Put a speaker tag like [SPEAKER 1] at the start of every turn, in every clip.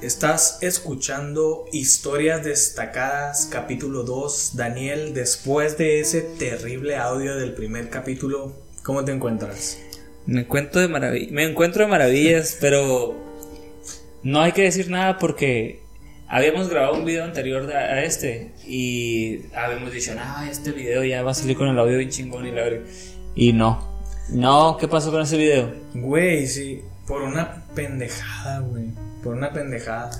[SPEAKER 1] Estás escuchando Historias Destacadas, capítulo 2. Daniel, después de ese terrible audio del primer capítulo, ¿cómo te encuentras?
[SPEAKER 2] Me encuentro de maravilla, me encuentro de maravillas, pero no hay que decir nada porque habíamos grabado un video anterior de- a este y habíamos dicho, ah, este video ya va a salir con el audio bien chingón y la verga". Y no. No, ¿qué pasó con ese video?
[SPEAKER 1] Güey, sí, por una pendejada, güey. Por una pendejada.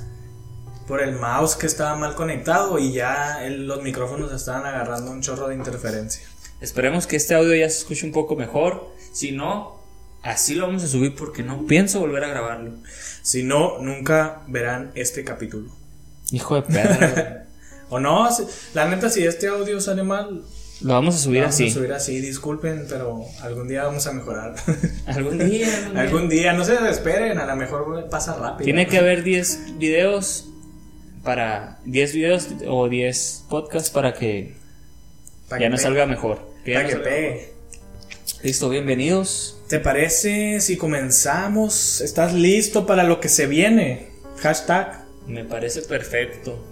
[SPEAKER 1] Por el mouse que estaba mal conectado y ya el- los micrófonos estaban agarrando un chorro de interferencia.
[SPEAKER 2] Esperemos que este audio ya se escuche un poco mejor. Si no, así lo vamos a subir porque no pienso volver a grabarlo.
[SPEAKER 1] Si no, nunca verán este capítulo.
[SPEAKER 2] Hijo de perra.
[SPEAKER 1] O no, si- la neta, si este audio sale mal,
[SPEAKER 2] lo vamos a subir
[SPEAKER 1] vamos
[SPEAKER 2] así.
[SPEAKER 1] a subir así. Disculpen, pero algún día vamos a mejorar.
[SPEAKER 2] Algún día. algún día.
[SPEAKER 1] algún día, no se desesperen, a lo mejor pasa rápido.
[SPEAKER 2] Tiene que haber 10 videos para 10 videos o 10 podcasts para que
[SPEAKER 1] Pa'
[SPEAKER 2] ya
[SPEAKER 1] que
[SPEAKER 2] nos
[SPEAKER 1] pegue,
[SPEAKER 2] salga mejor. Que ya
[SPEAKER 1] pa'
[SPEAKER 2] nos
[SPEAKER 1] que
[SPEAKER 2] salga mejor.
[SPEAKER 1] pegue.
[SPEAKER 2] Listo, bienvenidos.
[SPEAKER 1] ¿Te parece si comenzamos? ¿Estás listo para lo que se viene? Hashtag.
[SPEAKER 2] Me parece perfecto.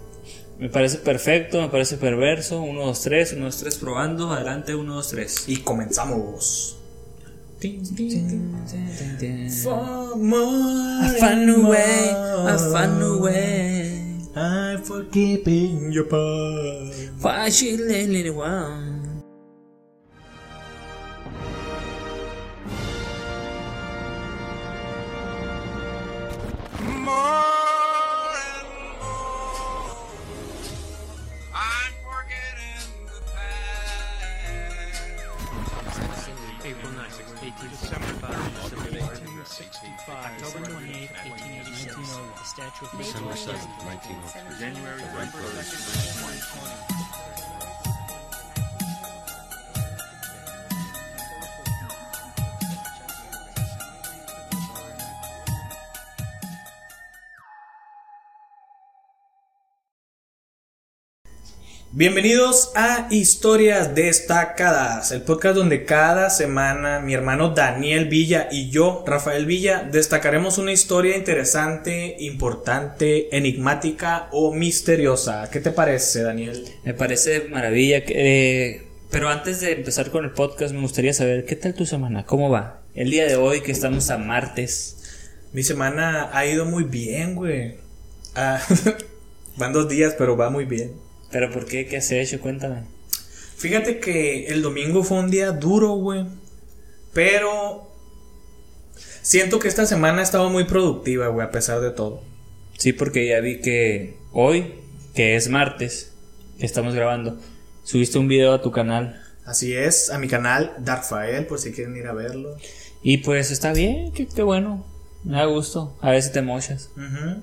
[SPEAKER 2] Me parece perfecto, me parece perverso. 1, 2, 3, 1, 2, 3 probando. Adelante, 1, 2, 3.
[SPEAKER 1] Y comenzamos. more
[SPEAKER 2] I found a way, I found a way.
[SPEAKER 1] I for keeping your part.
[SPEAKER 2] Why she let it go?
[SPEAKER 3] More and more, I'm forgetting the past.
[SPEAKER 4] April 9, 1875, December 1865, October 28, 1889, the Statue of Liberty, January 1st, 2020.
[SPEAKER 1] Bienvenidos a Historias Destacadas, el podcast donde cada semana mi hermano Daniel Villa y yo, Rafael Villa, destacaremos una historia interesante, importante, enigmática o misteriosa. ¿Qué te parece, Daniel?
[SPEAKER 2] Me parece de maravilla. que- eh, pero antes de empezar con el podcast, me gustaría saber qué tal tu semana, cómo va. El día de hoy que estamos a martes.
[SPEAKER 1] Mi semana ha ido muy bien, güey. Ah, van dos días, pero va muy bien.
[SPEAKER 2] Pero ¿por qué? ¿Qué has hecho? Cuéntame.
[SPEAKER 1] Fíjate que el domingo fue un día duro, güey. Pero siento que esta semana ha estado muy productiva, güey, a pesar de todo.
[SPEAKER 2] Sí, porque ya vi que hoy, que es martes, que estamos grabando, subiste un video a tu canal.
[SPEAKER 1] Así es, a mi canal Darkfael, por si quieren ir a verlo.
[SPEAKER 2] Y pues está bien, qué, qué bueno. Me da gusto. A ver si te mochas.
[SPEAKER 1] Ujú.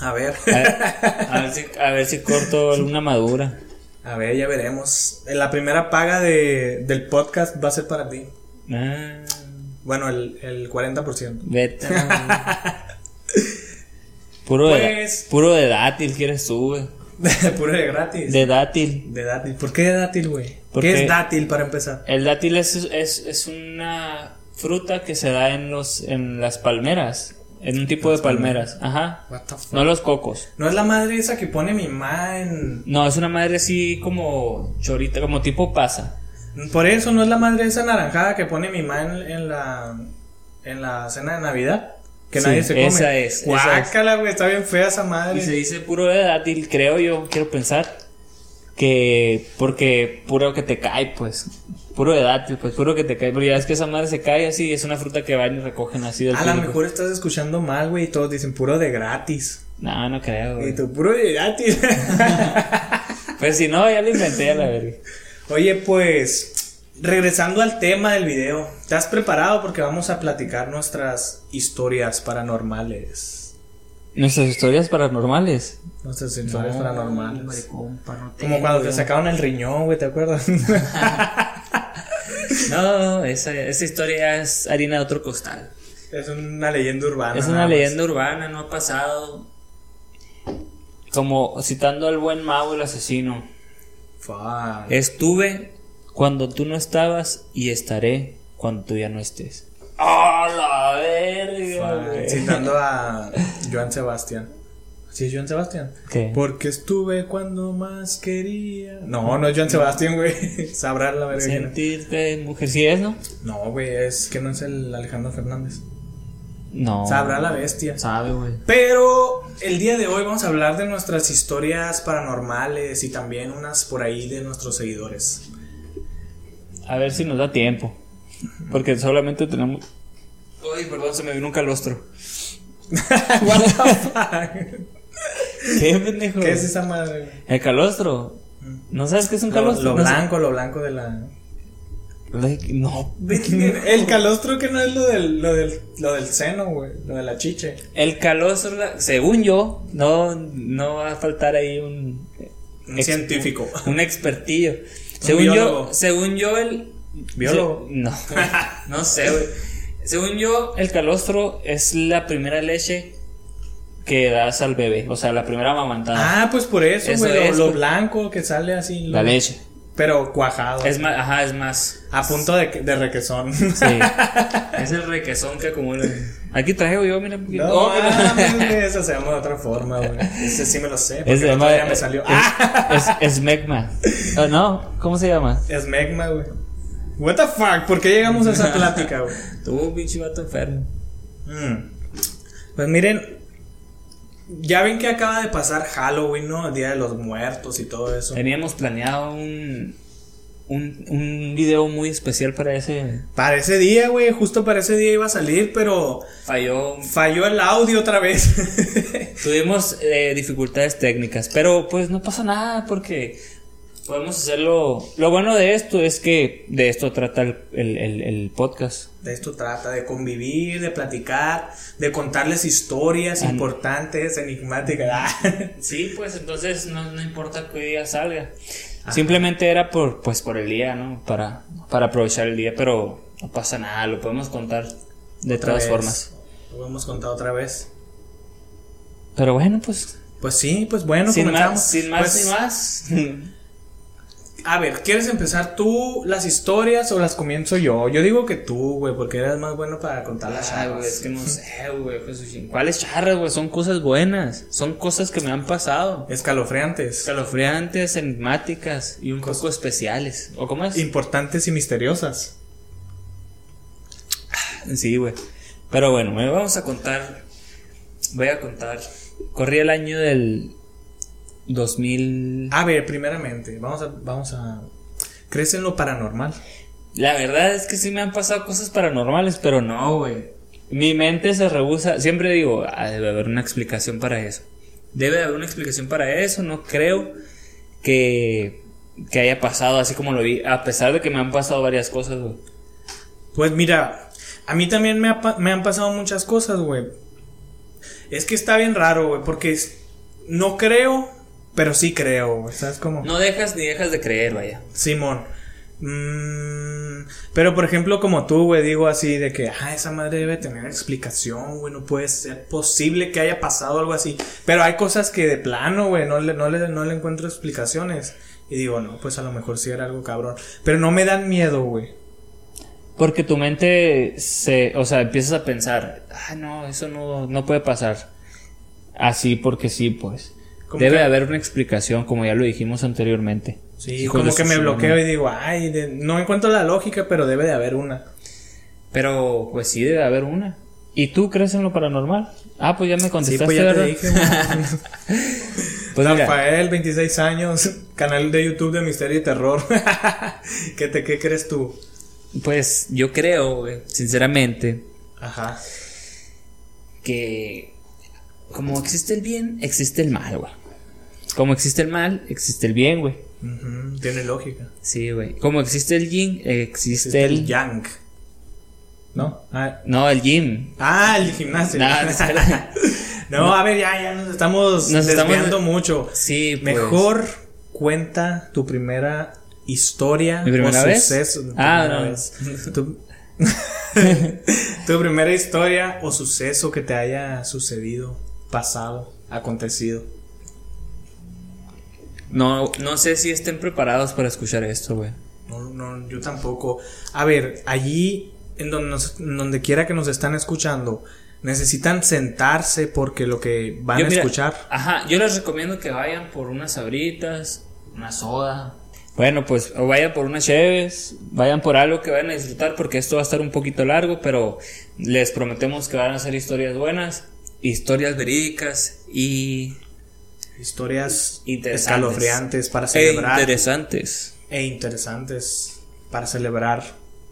[SPEAKER 1] A ver,
[SPEAKER 2] A ver, a ver si, a ver si corto alguna madura.
[SPEAKER 1] a ver, ya veremos. Eh, La primera paga de, del podcast va a ser para ti.
[SPEAKER 2] Ah,
[SPEAKER 1] Bueno, el, el 40%.
[SPEAKER 2] vete. a la- Puro,
[SPEAKER 1] Pues-
[SPEAKER 2] de, puro de dátil quieres tú, güey.
[SPEAKER 1] Puro de gratis.
[SPEAKER 2] De dátil.
[SPEAKER 1] De dátil. ¿Por qué de dátil, güey?
[SPEAKER 2] ¿Por
[SPEAKER 1] ¿Qué
[SPEAKER 2] qué?
[SPEAKER 1] es dátil para empezar?
[SPEAKER 2] El dátil es, es, es una fruta que se da en los en las palmeras. En un tipo de palmeras. Ajá.
[SPEAKER 1] What the fuck?
[SPEAKER 2] No los cocos.
[SPEAKER 1] No es la madre esa que pone mi ma en...
[SPEAKER 2] No, es una madre así como chorita, como tipo pasa.
[SPEAKER 1] Por eso, no es la madre esa naranjada que pone mi ma en, en la... En la cena de Navidad. Que
[SPEAKER 2] Sí,
[SPEAKER 1] nadie se come.
[SPEAKER 2] esa es, esa es.
[SPEAKER 1] Guácala, güey. Está bien fea esa
[SPEAKER 2] Y
[SPEAKER 1] madre.
[SPEAKER 2] se dice puro de dátil, creo yo, quiero pensar. Que porque puro que te cae, pues. Puro de dátil, pues puro que te cae. Pero ya es que esa madre se cae así, es una fruta que van y recogen así del
[SPEAKER 1] A lo
[SPEAKER 2] público.
[SPEAKER 1] mejor estás escuchando mal, güey. Y todos dicen puro de gratis.
[SPEAKER 2] No, no creo. güey.
[SPEAKER 1] Y tú, puro de gratis.
[SPEAKER 2] Pues si no, ya lo inventé a la verga.
[SPEAKER 1] Oye, pues regresando al tema del video, ¿estás preparado? Porque vamos a platicar nuestras historias paranormales.
[SPEAKER 2] Nuestras historias paranormales.
[SPEAKER 1] Nuestras historias
[SPEAKER 2] Hombre,
[SPEAKER 1] paranormales.
[SPEAKER 2] compa, no te-
[SPEAKER 1] Como cuando te sacaron el riñón, güey, ¿te acuerdas?
[SPEAKER 2] No, esa, esa historia es harina de otro costal.
[SPEAKER 1] es una leyenda urbana.
[SPEAKER 2] es
[SPEAKER 1] nada
[SPEAKER 2] una
[SPEAKER 1] más.
[SPEAKER 2] leyenda urbana, no ha pasado. Como citando al buen mago el asesino.
[SPEAKER 1] Fuck.
[SPEAKER 2] Eh, Estuve cuando tú no estabas y estaré cuando tú ya no estés. ¡A la verga!
[SPEAKER 1] Fuck.
[SPEAKER 2] güey!
[SPEAKER 1] Citando a Joan Sebastián. Sí, es Joan Sebastián.
[SPEAKER 2] ¿Qué?
[SPEAKER 1] Porque estuve cuando más quería. No, no es Joan Sebastián, güey. Sabrá la verga. quién es.
[SPEAKER 2] Sentirte mujer. ¿Sí es, no?
[SPEAKER 1] No, güey, es que no es el Alejandro Fernández.
[SPEAKER 2] No.
[SPEAKER 1] Sabrá la bestia.
[SPEAKER 2] Sabe, güey.
[SPEAKER 1] Pero el día de hoy vamos a hablar de nuestras historias paranormales y también unas por ahí de nuestros seguidores.
[SPEAKER 2] A ver si nos da tiempo. Porque solamente tenemos. Ay, perdón, se me vino un calostro.
[SPEAKER 1] What the fuck?
[SPEAKER 2] ¿Qué pendejo?
[SPEAKER 1] ¿Qué es esa madre?
[SPEAKER 2] El calostro. ¿No sabes qué es un calostro?
[SPEAKER 1] Lo
[SPEAKER 2] No sé-
[SPEAKER 1] blanco, lo blanco de la.
[SPEAKER 2] Like, no.
[SPEAKER 1] El calostro que no es lo del, lo del, lo del seno, güey. Lo de la chiche.
[SPEAKER 2] El calostro, la- según yo, no, no va a faltar ahí un.
[SPEAKER 1] Un
[SPEAKER 2] ex-
[SPEAKER 1] científico.
[SPEAKER 2] Un expertillo. Según yo,
[SPEAKER 1] biólogo.
[SPEAKER 2] según yo, el.
[SPEAKER 1] Biólogo.
[SPEAKER 2] se- no, no sé, güey. Según yo, el calostro es la primera leche que das al bebé. O sea, la primera amamantada.
[SPEAKER 1] Ah, pues por eso,
[SPEAKER 2] Eso
[SPEAKER 1] güey.
[SPEAKER 2] es,
[SPEAKER 1] Lo, lo
[SPEAKER 2] güey.
[SPEAKER 1] blanco que sale así. lo-
[SPEAKER 2] la leche.
[SPEAKER 1] Pero cuajado.
[SPEAKER 2] Es más, ajá, es más.
[SPEAKER 1] a punto de, de requesón.
[SPEAKER 2] Sí. es el requesón que acumula. Aquí traigo yo, mira un poquito.
[SPEAKER 1] No,
[SPEAKER 2] Oh, mira.
[SPEAKER 1] mames, güey, eso se llama de otra forma, güey. Ese sí me lo sé. Porque
[SPEAKER 2] Es,
[SPEAKER 1] el
[SPEAKER 2] se
[SPEAKER 1] otro
[SPEAKER 2] llama,
[SPEAKER 1] día me salió.
[SPEAKER 2] es,
[SPEAKER 1] ¡Ah!
[SPEAKER 2] es, es Megma. Oh, no, ¿cómo se llama?
[SPEAKER 1] Es Megma, güey. What the fuck? ¿Por qué llegamos a esa plática, güey?
[SPEAKER 2] Tú, pinche vato enfermo.
[SPEAKER 1] Mm. Pues miren, ya ven que acaba de pasar Halloween, ¿no? El Día de los Muertos y todo eso.
[SPEAKER 2] Teníamos planeado un, un, un video muy especial para ese.
[SPEAKER 1] Para ese día, güey, justo para ese día iba a salir, pero
[SPEAKER 2] Falló.
[SPEAKER 1] falló el audio otra vez.
[SPEAKER 2] Tuvimos eh, dificultades técnicas, pero pues no pasa nada porque podemos hacerlo. Lo bueno de esto es que de esto trata el, el- el- el podcast.
[SPEAKER 1] De esto trata, de convivir, de platicar, de contarles historias
[SPEAKER 2] Ah, no.
[SPEAKER 1] importantes, enigmáticas. Ah.
[SPEAKER 2] Sí, pues entonces no, no importa qué día salga. Simplemente era por pues por el día, ¿no? Para, para aprovechar el día, pero no pasa nada, lo podemos contar de
[SPEAKER 1] Otra
[SPEAKER 2] todas
[SPEAKER 1] vez.
[SPEAKER 2] formas.
[SPEAKER 1] Lo hemos contado otra vez.
[SPEAKER 2] Pero bueno, pues
[SPEAKER 1] Pues sí, pues bueno,
[SPEAKER 2] sin
[SPEAKER 1] comenzamos.
[SPEAKER 2] más, sin más
[SPEAKER 1] Pues,
[SPEAKER 2] ni más.
[SPEAKER 1] A ver, ¿quieres empezar tú las historias o las comienzo yo? Yo digo que tú, güey, porque eres más bueno para contar las
[SPEAKER 2] Ay, Ah, güey,
[SPEAKER 1] chavas.
[SPEAKER 2] es que no sé, güey. pues, Jesús. ¿Cuáles charras, güey? Son cosas buenas. Son cosas que me han pasado.
[SPEAKER 1] Escalofriantes,
[SPEAKER 2] Escalofriantes, enigmáticas y un
[SPEAKER 1] Cos-
[SPEAKER 2] poco especiales. ¿O cómo es?
[SPEAKER 1] importantes y misteriosas.
[SPEAKER 2] Sí, güey. Pero bueno, me vamos a contar. Voy a contar. Corrí el año del 2000.
[SPEAKER 1] A ver, primeramente, vamos a, vamos a. ¿Crees en lo paranormal?
[SPEAKER 2] La verdad es que sí me han pasado cosas paranormales, pero no, güey. Mi mente se rehúsa. Siempre digo, "Ah, debe haber una explicación para eso. Debe de haber una explicación para eso. No creo que, que haya pasado así como lo vi. A pesar de que me han pasado varias cosas, güey.
[SPEAKER 1] Pues mira, a mí también me, ha pa- me han pasado muchas cosas, güey. Es que está bien raro, güey, porque es- no creo, pero sí creo, güey. ¿Sabes cómo?
[SPEAKER 2] No dejas ni dejas de creer, vaya.
[SPEAKER 1] Simón. Mm, pero por ejemplo, como tú, güey, digo así de que, ah, esa madre debe tener explicación, güey, no puede ser posible que haya pasado algo así. Pero hay cosas que de plano, güey, no le, no, le, no le encuentro explicaciones. Y digo, no, pues a lo mejor sí era algo cabrón. Pero no me dan miedo, güey.
[SPEAKER 2] Porque tu mente se, o sea, empiezas a pensar, ah, no, eso no, no puede pasar. Así porque sí, pues.
[SPEAKER 1] Como
[SPEAKER 2] Debe
[SPEAKER 1] que-
[SPEAKER 2] haber una explicación, como ya lo dijimos anteriormente.
[SPEAKER 1] Sí,
[SPEAKER 2] Hijos
[SPEAKER 1] como
[SPEAKER 2] de
[SPEAKER 1] que
[SPEAKER 2] su-
[SPEAKER 1] me
[SPEAKER 2] su
[SPEAKER 1] bloqueo
[SPEAKER 2] mamá.
[SPEAKER 1] y digo, ay, de- no encuentro la lógica, pero debe de haber una.
[SPEAKER 2] Pero, pues sí, debe haber una. ¿Y tú crees en lo paranormal? Ah, pues ya me
[SPEAKER 1] Sí,
[SPEAKER 2] contestaste,
[SPEAKER 1] pues ya te
[SPEAKER 2] ¿verdad?
[SPEAKER 1] dije, güey.
[SPEAKER 2] Pues mira,
[SPEAKER 1] Rafael, 26 años, canal de YouTube de misterio y terror. ¿Qué, te, ¿Qué crees tú?
[SPEAKER 2] pues yo creo, güey, sinceramente,
[SPEAKER 1] Ajá.
[SPEAKER 2] que como existe el bien, existe el mal, güey. Como existe el mal, existe el bien, güey.
[SPEAKER 1] Ujú, Tiene lógica.
[SPEAKER 2] Sí, güey. Como existe el yin, existe,
[SPEAKER 1] Existe
[SPEAKER 2] el...
[SPEAKER 1] el yang. ¿No? Ah,
[SPEAKER 2] No, el yin.
[SPEAKER 1] ah, el gimnasio.
[SPEAKER 2] No, no sé.
[SPEAKER 1] no, a ver, ya, ya nos estamos
[SPEAKER 2] Nos estamos-
[SPEAKER 1] desviando mucho.
[SPEAKER 2] Sí, pues.
[SPEAKER 1] Mejor cuenta tu primera historia
[SPEAKER 2] ¿Mi primera
[SPEAKER 1] o
[SPEAKER 2] vez?
[SPEAKER 1] suceso. tu
[SPEAKER 2] Ah,
[SPEAKER 1] primera
[SPEAKER 2] no.
[SPEAKER 1] vez. Tu... tu primera historia o suceso que te haya sucedido, pasado, acontecido.
[SPEAKER 2] No, no sé si estén preparados para escuchar esto, güey.
[SPEAKER 1] No, no, yo tampoco. A ver, allí en donde nos- en donde quiera que nos están escuchando, necesitan sentarse porque lo que van
[SPEAKER 2] Yo,
[SPEAKER 1] a
[SPEAKER 2] mira,
[SPEAKER 1] escuchar.
[SPEAKER 2] Ajá, yo les recomiendo que vayan por unas sabritas, una soda. Bueno, pues o vayan por unas cheves, vayan por algo que vayan a disfrutar porque esto va a estar un poquito largo, pero les prometemos que van a ser historias buenas, historias verídicas y
[SPEAKER 1] Historias
[SPEAKER 2] Interesantes.
[SPEAKER 1] escalofriantes para
[SPEAKER 2] e
[SPEAKER 1] celebrar.
[SPEAKER 2] interesantes.
[SPEAKER 1] e interesantes para celebrar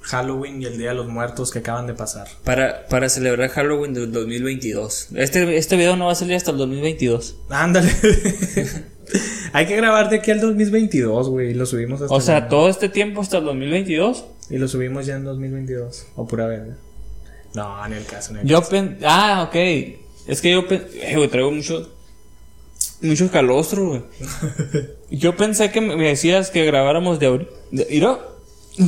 [SPEAKER 1] Halloween y el Día de los Muertos que acaban de pasar.
[SPEAKER 2] Para, para celebrar Halloween del 2022. Este, este video no va a salir hasta el 2022.
[SPEAKER 1] Ándale. Hay que grabar de aquí al 2022, güey. Y lo subimos hasta
[SPEAKER 2] O sea,
[SPEAKER 1] la-
[SPEAKER 2] todo este tiempo hasta el 2022.
[SPEAKER 1] Y lo subimos ya en 2022. O pura verga. No, en el caso, en el
[SPEAKER 2] Yo pen... Ah, ok. Es que yo pen... eh, güey, traigo mucho... Mucho calostro, güey. Yo pensé que me me decías que grabáramos de ahorita. ¿Iro?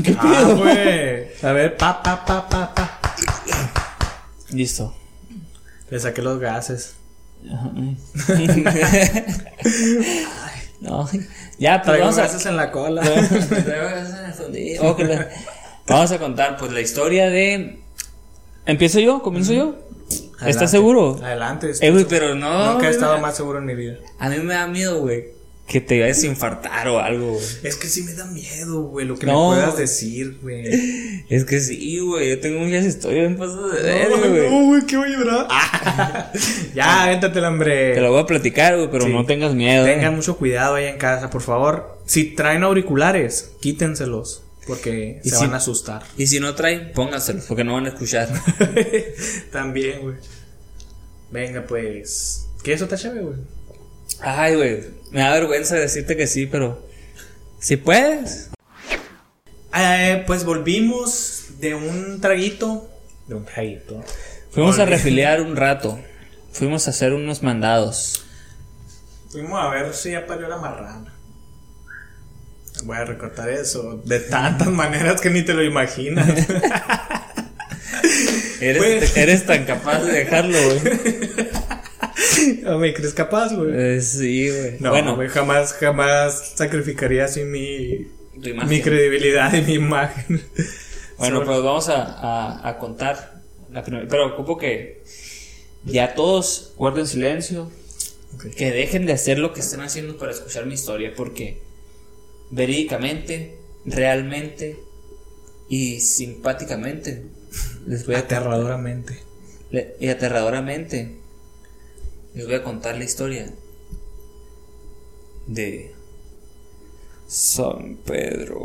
[SPEAKER 2] ¿Qué
[SPEAKER 1] Ah,
[SPEAKER 2] pedo?
[SPEAKER 1] güey. A ver, pa, pa, pa, pa, pa.
[SPEAKER 2] Listo.
[SPEAKER 1] Le saqué los gases.
[SPEAKER 2] Ajá. no. Ya, pues
[SPEAKER 1] Traigo
[SPEAKER 2] vamos a...
[SPEAKER 1] gases en la cola.
[SPEAKER 2] Traigo gases en el fundillo. Oh, que la- Vamos a contar, pues, la historia de... ¿Empiezo yo? ¿Comienzo yo?
[SPEAKER 1] Adelante.
[SPEAKER 2] ¿Estás seguro?
[SPEAKER 1] Adelante.
[SPEAKER 2] Eh, güey, pero no...
[SPEAKER 1] Nunca he
[SPEAKER 2] güey,
[SPEAKER 1] estado más seguro en mi vida.
[SPEAKER 2] A mí me da miedo, güey. Que te vayas a infartar o algo, güey.
[SPEAKER 1] Es que sí me da miedo, güey, lo que
[SPEAKER 2] No.
[SPEAKER 1] me puedas decir, güey.
[SPEAKER 2] Es que sí, güey. Yo tengo muchas historias en paso de verga, güey. Ah.
[SPEAKER 1] güey, que voy a llorar. ya, avéntate el hambre.
[SPEAKER 2] Te lo voy a platicar, güey, pero
[SPEAKER 1] Sí.
[SPEAKER 2] no tengas miedo. eh.
[SPEAKER 1] Tengan mucho cuidado ahí en casa, por favor. Si traen auriculares, quítenselos. Porque
[SPEAKER 2] Y
[SPEAKER 1] se
[SPEAKER 2] si-
[SPEAKER 1] van a asustar.
[SPEAKER 2] Y si no traen, pónganselos, porque no van a escuchar.
[SPEAKER 1] También, güey. Venga, pues. ¿Qué eso está chévere, güey?
[SPEAKER 2] Ay, güey. Me da vergüenza decirte que sí, pero. Si puedes.
[SPEAKER 1] Eh, pues volvimos de un traguito. De un traguito.
[SPEAKER 2] Fuimos a
[SPEAKER 1] Volví.
[SPEAKER 2] refiliar un rato. Fuimos a hacer unos mandados.
[SPEAKER 1] Fuimos a ver si ya parió la marrana. Voy a recortar eso. De tantas maneras que ni te lo imaginas.
[SPEAKER 2] Eres,
[SPEAKER 1] Güey.
[SPEAKER 2] eres tan capaz de dejarlo, güey.
[SPEAKER 1] ¿O ¿Me crees capaz, güey?
[SPEAKER 2] Eh, sí, güey.
[SPEAKER 1] No,
[SPEAKER 2] bueno,
[SPEAKER 1] güey, jamás, jamás sacrificaría así mi,
[SPEAKER 2] tu imagen.
[SPEAKER 1] mi credibilidad y mi imagen.
[SPEAKER 2] Bueno,
[SPEAKER 1] Sobre-
[SPEAKER 2] pues vamos a, a- a contar la primera. Pero ocupo que ya todos guarden silencio,
[SPEAKER 1] Ok.
[SPEAKER 2] que dejen de hacer lo que están haciendo para escuchar mi historia, porque verídicamente, realmente y simpáticamente les voy a
[SPEAKER 1] aterradoramente.
[SPEAKER 2] le- y aterradoramente les voy a contar la historia de San Pedro.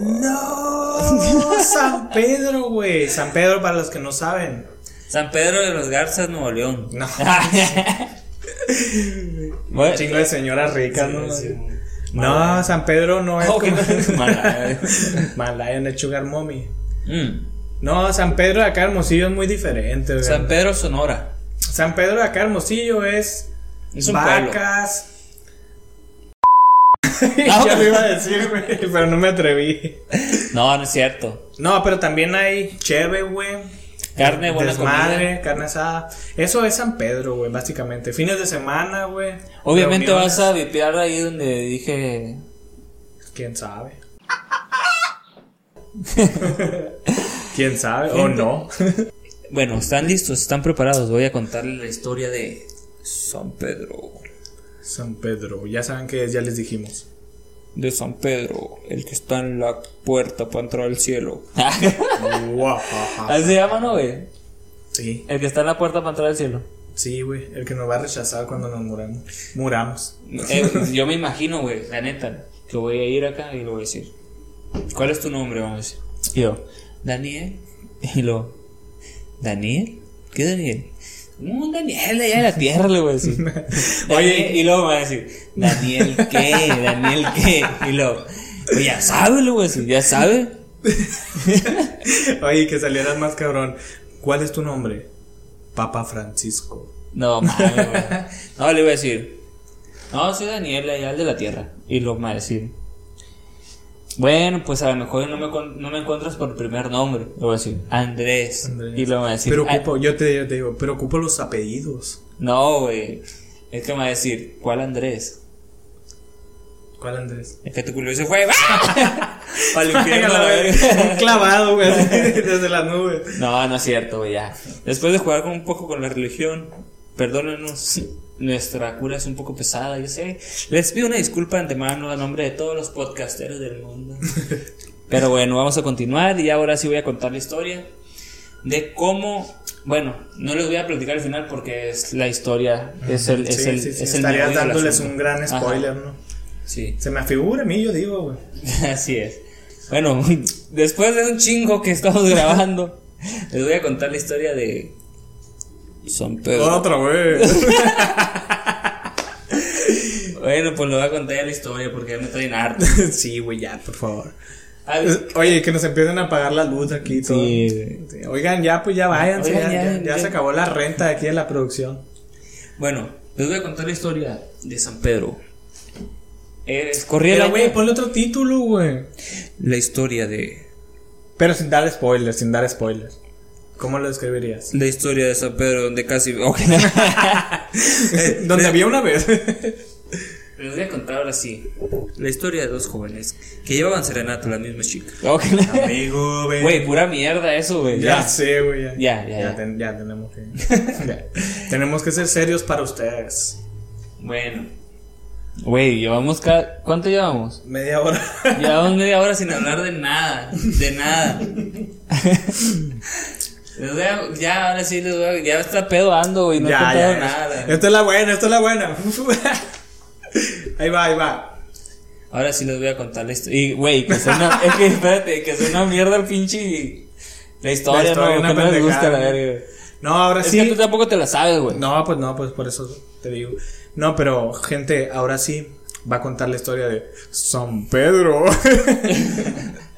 [SPEAKER 1] ¡No! San Pedro, güey. San Pedro, para los que no saben.
[SPEAKER 2] San Pedro de los Garzas, Nuevo León.
[SPEAKER 1] No.
[SPEAKER 2] Bueno,
[SPEAKER 1] Chingo de señoras ricas, ¿no?
[SPEAKER 2] sí, sí.
[SPEAKER 1] No, San Pedro no es
[SPEAKER 2] Oh, qué
[SPEAKER 1] como...
[SPEAKER 2] mala. eh.
[SPEAKER 1] Malaya, no es Sugar Mommy.
[SPEAKER 2] Mm.
[SPEAKER 1] No, San Pedro de acá Hermosillo es muy diferente, güey.
[SPEAKER 2] San Pedro, Sonora.
[SPEAKER 1] San Pedro de acá Hermosillo es...
[SPEAKER 2] Es un
[SPEAKER 1] vacas...
[SPEAKER 2] Ah,
[SPEAKER 1] ya
[SPEAKER 2] ok.
[SPEAKER 1] lo iba a decir, güey, pero no me atreví.
[SPEAKER 2] pueblo. No, no es cierto.
[SPEAKER 1] No, pero también hay cheve, güey. Eh,
[SPEAKER 2] Carne, buena
[SPEAKER 1] Desmadre,
[SPEAKER 2] comida.
[SPEAKER 1] carne asada. Eso es San Pedro, güey, básicamente. Fines de semana, güey.
[SPEAKER 2] Obviamente
[SPEAKER 1] Reuniones.
[SPEAKER 2] vas a vipear ahí donde dije.
[SPEAKER 1] ¿Quién sabe? ¿Quién sabe? ¿O
[SPEAKER 2] Gente.
[SPEAKER 1] no?
[SPEAKER 2] Bueno, están listos, están preparados. Voy a contarles la historia de San Pedro.
[SPEAKER 1] San Pedro, ya saben que es, ya les dijimos.
[SPEAKER 2] De San Pedro, el que está en la puerta para entrar al cielo.
[SPEAKER 1] Guajaja.
[SPEAKER 2] Así se llama, ¿no, güey?
[SPEAKER 1] sí,
[SPEAKER 2] El que está en la puerta para entrar al cielo.
[SPEAKER 1] sí, güey. El que nos va a rechazar cuando nos muramos. Muramos.
[SPEAKER 2] Eh, yo me imagino, güey, la neta, que voy a ir acá y lo voy a decir. ¿Cuál es tu nombre? Vamos a decir. Y yo, Daniel. Y lo, ¿Daniel? ¿Qué Daniel? Un Daniel de allá de la tierra, le voy a decir. Oye, y luego me va a decir, ¿Daniel qué? ¿Daniel qué? Y luego, pues ya sabe, le voy a decir, ya sabe.
[SPEAKER 1] Oye, que salieras más cabrón. ¿Cuál es tu nombre? Papa Francisco.
[SPEAKER 2] No, mames, güey. No, le iba a decir. No, soy Daniel, allá el de la tierra. Y lo va a decir. Bueno, pues a lo mejor no me, con- no me encuentras por primer nombre. Le voy a decir Andrés.
[SPEAKER 1] Andrés.
[SPEAKER 2] Y lo va a decir.
[SPEAKER 1] Pero
[SPEAKER 2] "Ah,
[SPEAKER 1] ocupo, yo te, yo te digo, pero ocupo los apellidos.
[SPEAKER 2] no, güey. Es que me va a decir, ¿cuál Andrés?
[SPEAKER 1] ¿Cuál Andrés?
[SPEAKER 2] Es que tu culo se fue. ¡Ah! Para el infierno, la
[SPEAKER 1] Un
[SPEAKER 2] verga.
[SPEAKER 1] clavado, güey, así, desde las nubes.
[SPEAKER 2] No, no es cierto, güey, ya. Después de jugar con un poco con la religión, perdónenos. Nuestra cura es un poco pesada, yo sé. Les pido una disculpa de antemano a nombre de todos los podcasteros del mundo. Pero bueno, vamos a continuar y ahora sí voy a contar la historia de cómo. Bueno, no les voy a platicar al final porque es la historia. Es el. Es
[SPEAKER 1] sí,
[SPEAKER 2] el,
[SPEAKER 1] sí, sí,
[SPEAKER 2] es el
[SPEAKER 1] estarías
[SPEAKER 2] meollo del
[SPEAKER 1] dándoles
[SPEAKER 2] asunto.
[SPEAKER 1] un gran
[SPEAKER 2] Ajá,
[SPEAKER 1] spoiler, ¿no?
[SPEAKER 2] sí.
[SPEAKER 1] Se me afigura a mí, yo digo, güey.
[SPEAKER 2] Así es. Bueno, después de un chingo que estamos grabando, les voy a contar la historia de San Pedro.
[SPEAKER 1] Otra, güey.
[SPEAKER 2] Bueno, pues les voy a contar ya la historia porque ya me traen harto.
[SPEAKER 1] sí, güey, ya, por favor.
[SPEAKER 2] Ah,
[SPEAKER 1] Oye, que nos empiecen a apagar la luz aquí y todo.
[SPEAKER 2] Sí, güey.
[SPEAKER 1] Sí, Oigan, ya, pues ya váyanse.
[SPEAKER 2] Oigan,
[SPEAKER 1] ya,
[SPEAKER 2] ya,
[SPEAKER 1] ya- ya
[SPEAKER 2] ya.
[SPEAKER 1] se acabó la renta de aquí de la producción.
[SPEAKER 2] Bueno, les voy a contar la historia de San Pedro. Es, corría el
[SPEAKER 1] Pero,
[SPEAKER 2] año-
[SPEAKER 1] güey, ponle otro título, güey.
[SPEAKER 2] la historia de
[SPEAKER 1] Pero sin dar spoilers, sin dar spoilers. ¿Cómo lo describirías?
[SPEAKER 2] la historia de San Pedro donde casi Ok, no. Eh,
[SPEAKER 1] Donde había una vez.
[SPEAKER 2] Les voy a contar ahora sí la historia de dos jóvenes que llevaban serenata a la misma chica. Ah,
[SPEAKER 1] Amigo,
[SPEAKER 2] Güey, pura mierda eso, güey.
[SPEAKER 1] Ya sé, güey. Ya,
[SPEAKER 2] Ya, ya, ya.
[SPEAKER 1] ten- ya tenemos que. ya. Tenemos que ser serios para ustedes.
[SPEAKER 2] Bueno. Güey, llevamos cada... ¿Cuánto llevamos?
[SPEAKER 1] Media hora.
[SPEAKER 2] Llevamos media hora sin hablar de nada. De nada. Les voy a- Ya, ahora sí, les voy a- ya está pedo ando, güey. No he
[SPEAKER 1] ya,
[SPEAKER 2] contado
[SPEAKER 1] ya.
[SPEAKER 2] nada.
[SPEAKER 1] Esta es la buena, esta es la buena. ahí va, ahí va.
[SPEAKER 2] Ahora sí les voy a contar la historia. Y, güey, que suena... es que, espérate, que suena mierda el pinche... La historia,
[SPEAKER 1] La historia,
[SPEAKER 2] no,
[SPEAKER 1] una
[SPEAKER 2] que no les gusta la
[SPEAKER 1] pendejada,
[SPEAKER 2] verga. güey.
[SPEAKER 1] No, ahora
[SPEAKER 2] Es
[SPEAKER 1] sí.
[SPEAKER 2] que tú tampoco te la sabes, güey.
[SPEAKER 1] No, pues no, pues por eso te digo. No, pero gente, ahora sí va a contar la historia de San Pedro.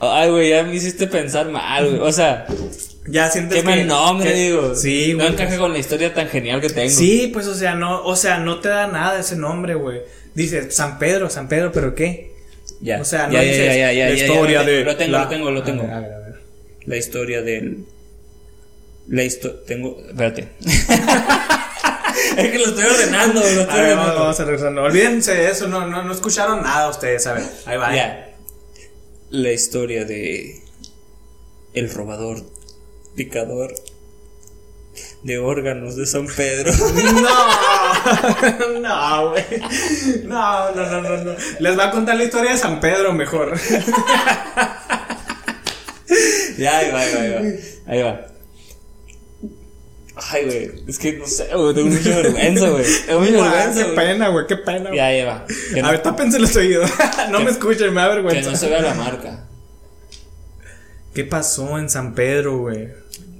[SPEAKER 2] Ay, güey, ya me hiciste pensar mal, güey. O sea,
[SPEAKER 1] ya sientes
[SPEAKER 2] qué
[SPEAKER 1] que
[SPEAKER 2] mal nombre,
[SPEAKER 1] que-
[SPEAKER 2] digo.
[SPEAKER 1] Sí,
[SPEAKER 2] No
[SPEAKER 1] güey,
[SPEAKER 2] encaja con la historia tan genial que tengo.
[SPEAKER 1] Sí, pues o sea, no, o sea, no te da nada ese nombre, güey. Dice San Pedro, San Pedro, pero ¿qué?
[SPEAKER 2] Ya.
[SPEAKER 1] O sea, no
[SPEAKER 2] ya, ya,
[SPEAKER 1] dices
[SPEAKER 2] ya, ya, ya,
[SPEAKER 1] la
[SPEAKER 2] ya,
[SPEAKER 1] historia
[SPEAKER 2] ya,
[SPEAKER 1] de
[SPEAKER 2] Lo tengo,
[SPEAKER 1] la-
[SPEAKER 2] lo tengo, lo
[SPEAKER 1] A
[SPEAKER 2] tengo.
[SPEAKER 1] ver, a ver, a ver.
[SPEAKER 2] La historia del. La historia. Tengo. Espérate. es que lo estoy ordenando, lo
[SPEAKER 1] A
[SPEAKER 2] estoy
[SPEAKER 1] ver, vamos,
[SPEAKER 2] ordenando.
[SPEAKER 1] vamos a regresar. No, olvídense de eso, no, no, no escucharon nada ustedes, a ver. Ahí va. eh.
[SPEAKER 2] Ya. La historia de. El robador. Picador. De órganos de San Pedro.
[SPEAKER 1] No, no, güey. No, no, no, no, no. Les va a contar la historia de San Pedro mejor.
[SPEAKER 2] ya, ahí va, ahí va, ahí va. Ahí va. Ay, güey. Es que no sé, güey. Tengo mucha vergüenza, güey. Tengo mucha
[SPEAKER 1] Ah,
[SPEAKER 2] vergüenza.
[SPEAKER 1] qué
[SPEAKER 2] güey.
[SPEAKER 1] pena, güey, qué pena. güey.
[SPEAKER 2] Ya, ahí va. Que
[SPEAKER 1] A
[SPEAKER 2] no-
[SPEAKER 1] ver, tápense los oídos. no
[SPEAKER 2] Que-
[SPEAKER 1] me escuchen, me da
[SPEAKER 2] que
[SPEAKER 1] vergüenza.
[SPEAKER 2] no se vea la marca.
[SPEAKER 1] ¿Qué pasó en San Pedro, güey?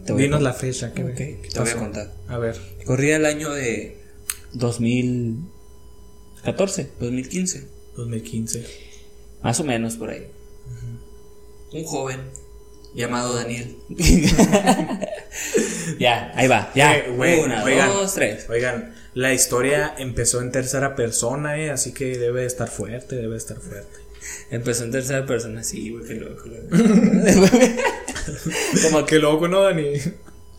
[SPEAKER 2] Te voy a
[SPEAKER 1] Dinos
[SPEAKER 2] con-
[SPEAKER 1] la fecha. ¿qué,
[SPEAKER 2] Ok,
[SPEAKER 1] qué
[SPEAKER 2] te voy a
[SPEAKER 1] pasó?
[SPEAKER 2] contar.
[SPEAKER 1] A ver.
[SPEAKER 2] Corría el año de 2014, 2015,
[SPEAKER 1] 2015.
[SPEAKER 2] más o menos por ahí. Un joven llamado Daniel. ya, ahí va, ya.
[SPEAKER 1] Eh, güey,
[SPEAKER 2] Una,
[SPEAKER 1] oigan.
[SPEAKER 2] dos, tres.
[SPEAKER 1] Oigan, la historia empezó en tercera persona, eh, así que debe de estar fuerte, debe de estar fuerte.
[SPEAKER 2] Empezó en tercera persona, sí, güey, qué loco. la verdad.
[SPEAKER 1] Como que loco, ¿no, Dani?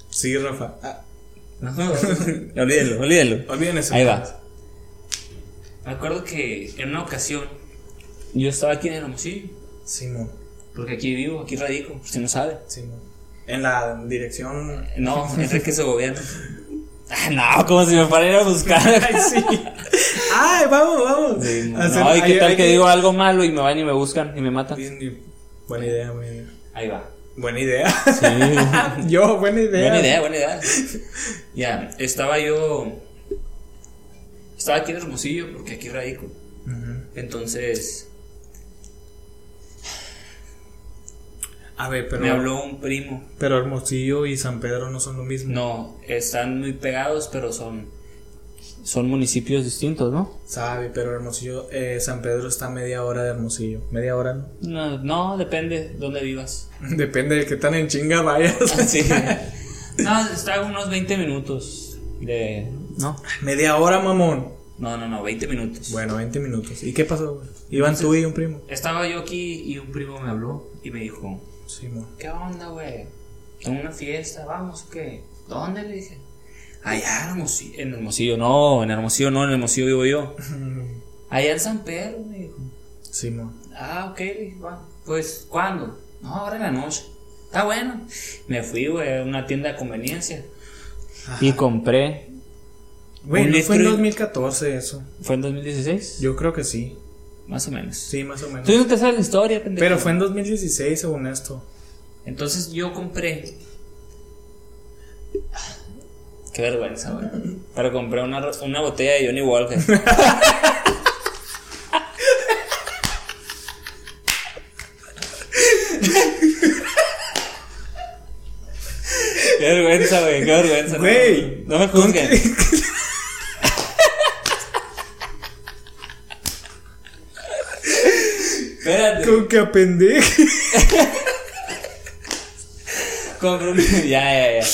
[SPEAKER 1] Sí, Rafa. Ah,
[SPEAKER 2] Ajá. olvídenlo, olvídenlo.
[SPEAKER 1] olviden eso.
[SPEAKER 2] Ahí va. Me acuerdo que en una ocasión yo estaba aquí en Hermosillo,
[SPEAKER 1] Simón,
[SPEAKER 2] porque aquí vivo, aquí radico, por si no sabe.
[SPEAKER 1] Simón. En la dirección.
[SPEAKER 2] No, Enrique Segoviano. Ah, no, como si me parara a buscar.
[SPEAKER 1] Ay, sí. Ay, vamos, vamos. Hacer-
[SPEAKER 2] no, y qué
[SPEAKER 1] hay-
[SPEAKER 2] tal
[SPEAKER 1] hay
[SPEAKER 2] que digo algo malo y me van y me buscan y me matan.
[SPEAKER 1] Buena idea, buena idea.
[SPEAKER 2] Ahí va.
[SPEAKER 1] Buena idea.
[SPEAKER 2] Sí.
[SPEAKER 1] Yo, buena idea.
[SPEAKER 2] buena idea, buena idea. Ya, estaba yo. Estaba aquí en Hermosillo porque aquí radico.
[SPEAKER 1] Ujú.
[SPEAKER 2] Entonces
[SPEAKER 1] A ver, pero.
[SPEAKER 2] me habló un primo.
[SPEAKER 1] Pero Hermosillo y San Pedro no son lo mismo.
[SPEAKER 2] No, están muy pegados, pero son. Son municipios distintos, ¿no?
[SPEAKER 1] Sabe, pero Hermosillo. eh, San Pedro está a media hora de Hermosillo. Media hora, ¿no?
[SPEAKER 2] No, no depende dónde vivas.
[SPEAKER 1] Depende de qué tan en chinga vayas.
[SPEAKER 2] Sí. No, está a unos 20 minutos de. No,
[SPEAKER 1] media hora, mamón.
[SPEAKER 2] no, no, no 20 minutos.
[SPEAKER 1] Bueno, 20 minutos. ¿Y qué pasó, güey? Iban tú y un primo.
[SPEAKER 2] Estaba yo aquí y un primo me habló y me dijo:
[SPEAKER 1] Simón.
[SPEAKER 2] ¿Qué onda, güey? En una fiesta, vamos, ¿o ¿qué? ¿Dónde? Le dije. Allá en Hermosillo. En Hermosillo, no, en Hermosillo no, en Hermosillo vivo yo. Allá en San Pedro, me dijo.
[SPEAKER 1] Simón.
[SPEAKER 2] Ah, ok, le dije, "Va, pues, ¿cuándo? No, ahora en la noche. Está bueno. Me fui, güey, a una tienda de conveniencia. Y compré.
[SPEAKER 1] Güey,
[SPEAKER 2] Un
[SPEAKER 1] no fue en
[SPEAKER 2] litro y-
[SPEAKER 1] 2014 eso.
[SPEAKER 2] ¿Fue en 2016?
[SPEAKER 1] Yo creo que sí.
[SPEAKER 2] Más o menos.
[SPEAKER 1] Sí, más o menos.
[SPEAKER 2] Tú no te sabes la historia, pendejo.
[SPEAKER 1] Pero fue en 2016, según esto.
[SPEAKER 2] Entonces yo compré. Qué vergüenza, güey. Pero compré una, ro- una botella de Johnny Walker. Qué vergüenza, güey, qué vergüenza.
[SPEAKER 1] Güey,
[SPEAKER 2] no, no me juzguen. Espérate.
[SPEAKER 1] Con que apendeje.
[SPEAKER 2] Compré una... Ya, ya, ya.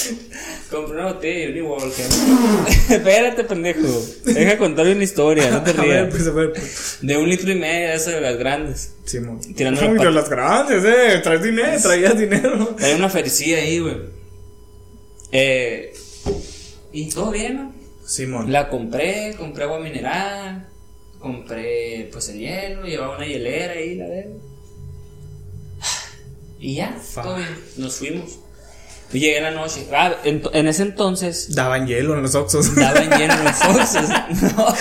[SPEAKER 2] Compré una botella de Johnny Walker. Espérate, pendejo. Deja contarle una historia, no te
[SPEAKER 1] A ver,
[SPEAKER 2] rías.
[SPEAKER 1] pues a ver, pues.
[SPEAKER 2] De un litro y medio de esas de las grandes.
[SPEAKER 1] Simón.
[SPEAKER 2] Tirando la
[SPEAKER 1] Uy,
[SPEAKER 2] pata.
[SPEAKER 1] de las grandes, eh. Traes dinero, traías dinero.
[SPEAKER 2] Hay una fericía ahí, güey. Eh, y todo bien, ¿no?
[SPEAKER 1] Simón.
[SPEAKER 2] La compré, compré agua mineral, compré pues el hielo, llevaba una hielera ahí, la de. Y ya, todo bien. Nos fuimos. Y llegué en la noche. Ah, en, en ese entonces
[SPEAKER 1] Daban hielo en los oxos.
[SPEAKER 2] daban lleno los foxes. No.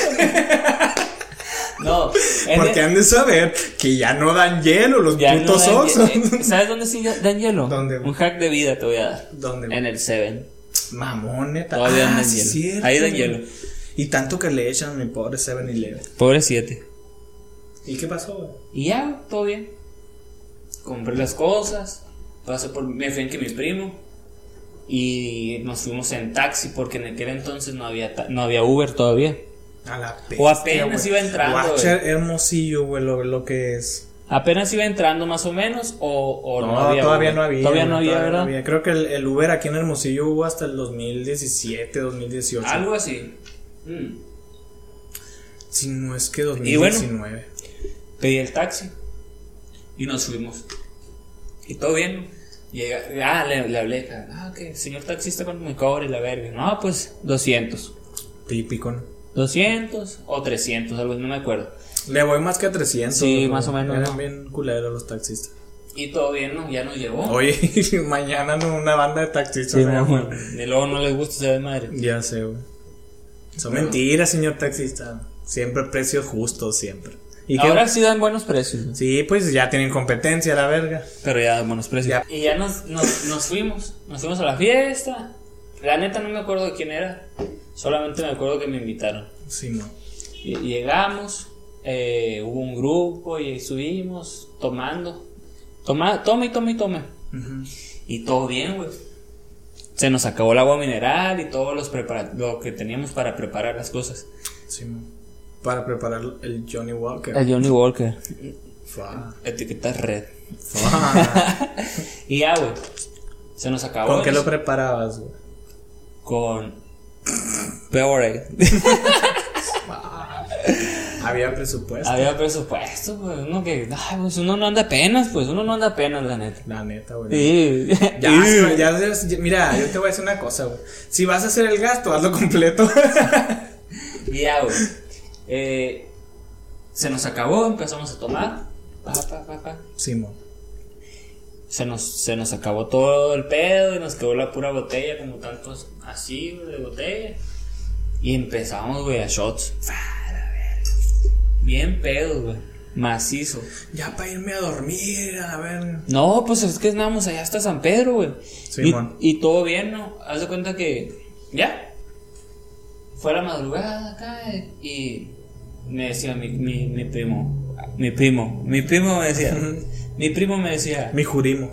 [SPEAKER 2] No. en
[SPEAKER 1] Porque
[SPEAKER 2] el-
[SPEAKER 1] han de saber que ya no dan hielo los
[SPEAKER 2] ya no
[SPEAKER 1] putos
[SPEAKER 2] dan
[SPEAKER 1] oxos.
[SPEAKER 2] hie- eh, ¿Sabes dónde sí dan hielo?
[SPEAKER 1] ¿Dónde?
[SPEAKER 2] Un hack de vida te voy a dar.
[SPEAKER 1] ¿Dónde?
[SPEAKER 2] En el Seven.
[SPEAKER 1] Mamón, neta.
[SPEAKER 2] Todavía
[SPEAKER 1] Ah,
[SPEAKER 2] dan
[SPEAKER 1] sí,
[SPEAKER 2] hielo.
[SPEAKER 1] cierto,
[SPEAKER 2] Ahí dan
[SPEAKER 1] güey.
[SPEAKER 2] hielo.
[SPEAKER 1] Y tanto que le echan a mi pobre 7-Eleven.
[SPEAKER 2] Pobre 7.
[SPEAKER 1] ¿Y qué pasó, güey?
[SPEAKER 2] Y ya, todo bien. Compré las cosas. Pasé por. Me fui en que mi primo. Y nos fuimos en taxi porque en aquel entonces no había, ta- no había Uber todavía.
[SPEAKER 1] A la peste,
[SPEAKER 2] O apenas
[SPEAKER 1] güey.
[SPEAKER 2] iba entrando,
[SPEAKER 1] Guacha, hermosillo, güey, lo, lo que es.
[SPEAKER 2] Apenas iba entrando más o menos o, o
[SPEAKER 1] No,
[SPEAKER 2] no, había
[SPEAKER 1] todavía
[SPEAKER 2] Uber.
[SPEAKER 1] no había.
[SPEAKER 2] Todavía
[SPEAKER 1] güey,
[SPEAKER 2] no había,
[SPEAKER 1] todavía no
[SPEAKER 2] ¿verdad?
[SPEAKER 1] había. Creo que el, el Uber aquí en Hermosillo hubo hasta el 2017, 2018.
[SPEAKER 2] Algo así. Mm.
[SPEAKER 1] Si no es que
[SPEAKER 2] Y bueno.
[SPEAKER 1] 2019.
[SPEAKER 2] Pedí el taxi y nos fuimos. Y todo bien. Llega, ah, le, le hablé. Ah, que señor taxista, ¿cuánto me cobra? Y la verga. No, pues 200.
[SPEAKER 1] Típico, ¿no?
[SPEAKER 2] 200 o 300, algo así, no me acuerdo.
[SPEAKER 1] Le voy más que a 300.
[SPEAKER 2] Sí,
[SPEAKER 1] güey.
[SPEAKER 2] más o menos,
[SPEAKER 1] Eran
[SPEAKER 2] ¿no?
[SPEAKER 1] bien culeros los taxistas.
[SPEAKER 2] Y todo bien, ¿no? Ya nos llevó.
[SPEAKER 1] Oye, mañana no, una banda de taxistas.
[SPEAKER 2] Sí,
[SPEAKER 1] ¿no?
[SPEAKER 2] no, bueno, y luego no les gusta esa de madre.
[SPEAKER 1] Ya sé, güey. Son mentiras, señor taxista. Siempre precios justos, siempre. ¿Y qué-
[SPEAKER 2] Ahora sí dan buenos precios. ¿no?
[SPEAKER 1] Sí, pues ya tienen competencia, la verga.
[SPEAKER 2] Pero ya dan buenos precios.
[SPEAKER 1] Ya.
[SPEAKER 2] Y ya nos, nos, nos fuimos. Nos fuimos a la fiesta. La neta no me acuerdo de quién era. Solamente me acuerdo que me invitaron.
[SPEAKER 1] Sí, no.
[SPEAKER 2] Y- Llegamos, eh, hubo un grupo y subimos tomando. Toma, toma y toma y toma. Y todo bien, güey. Se nos acabó el agua mineral y todos los prepara- lo que teníamos para preparar las cosas.
[SPEAKER 1] Sí, mo. Para preparar el Johnny Walker.
[SPEAKER 2] Johnny Walker.
[SPEAKER 1] Fa,
[SPEAKER 2] Etiqueta red.
[SPEAKER 1] fa.
[SPEAKER 2] Y ya, güey. Se nos acabó.
[SPEAKER 1] ¿Con qué lo
[SPEAKER 2] eso.
[SPEAKER 1] preparabas, güey?
[SPEAKER 2] Con. Powerade.
[SPEAKER 1] Había presupuesto.
[SPEAKER 2] Había presupuesto, pues. Uno que. ay, pues uno no anda apenas, pues. Uno no anda apenas, la neta.
[SPEAKER 1] La neta, güey.
[SPEAKER 2] Sí.
[SPEAKER 1] Ya, güey, ya, ya- mira, yo te voy a decir una cosa, güey. Si vas a hacer el gasto, hazlo completo.
[SPEAKER 2] Y ya, güey. Eh, se nos acabó, empezamos a tomar. Pa, pa, pa, pa.
[SPEAKER 1] Simón.
[SPEAKER 2] Se, nos, se nos acabó todo el pedo y nos quedó la pura botella, como tantos así güey, de botella. Y empezamos, güey, a shots. Fa, la verga. Bien pedo, güey. Macizo.
[SPEAKER 1] Ya para irme a dormir, a ver.
[SPEAKER 2] No, pues es que estábamos allá hasta San Pedro, güey. y,
[SPEAKER 1] Simón.
[SPEAKER 2] y todo bien, ¿no? Haz de cuenta que. Ya. Fue la madrugada acá eh, y me decía mi, mi, mi primo. Mi primo. Mi primo me decía. mi primo me decía.
[SPEAKER 1] Mi jurimo.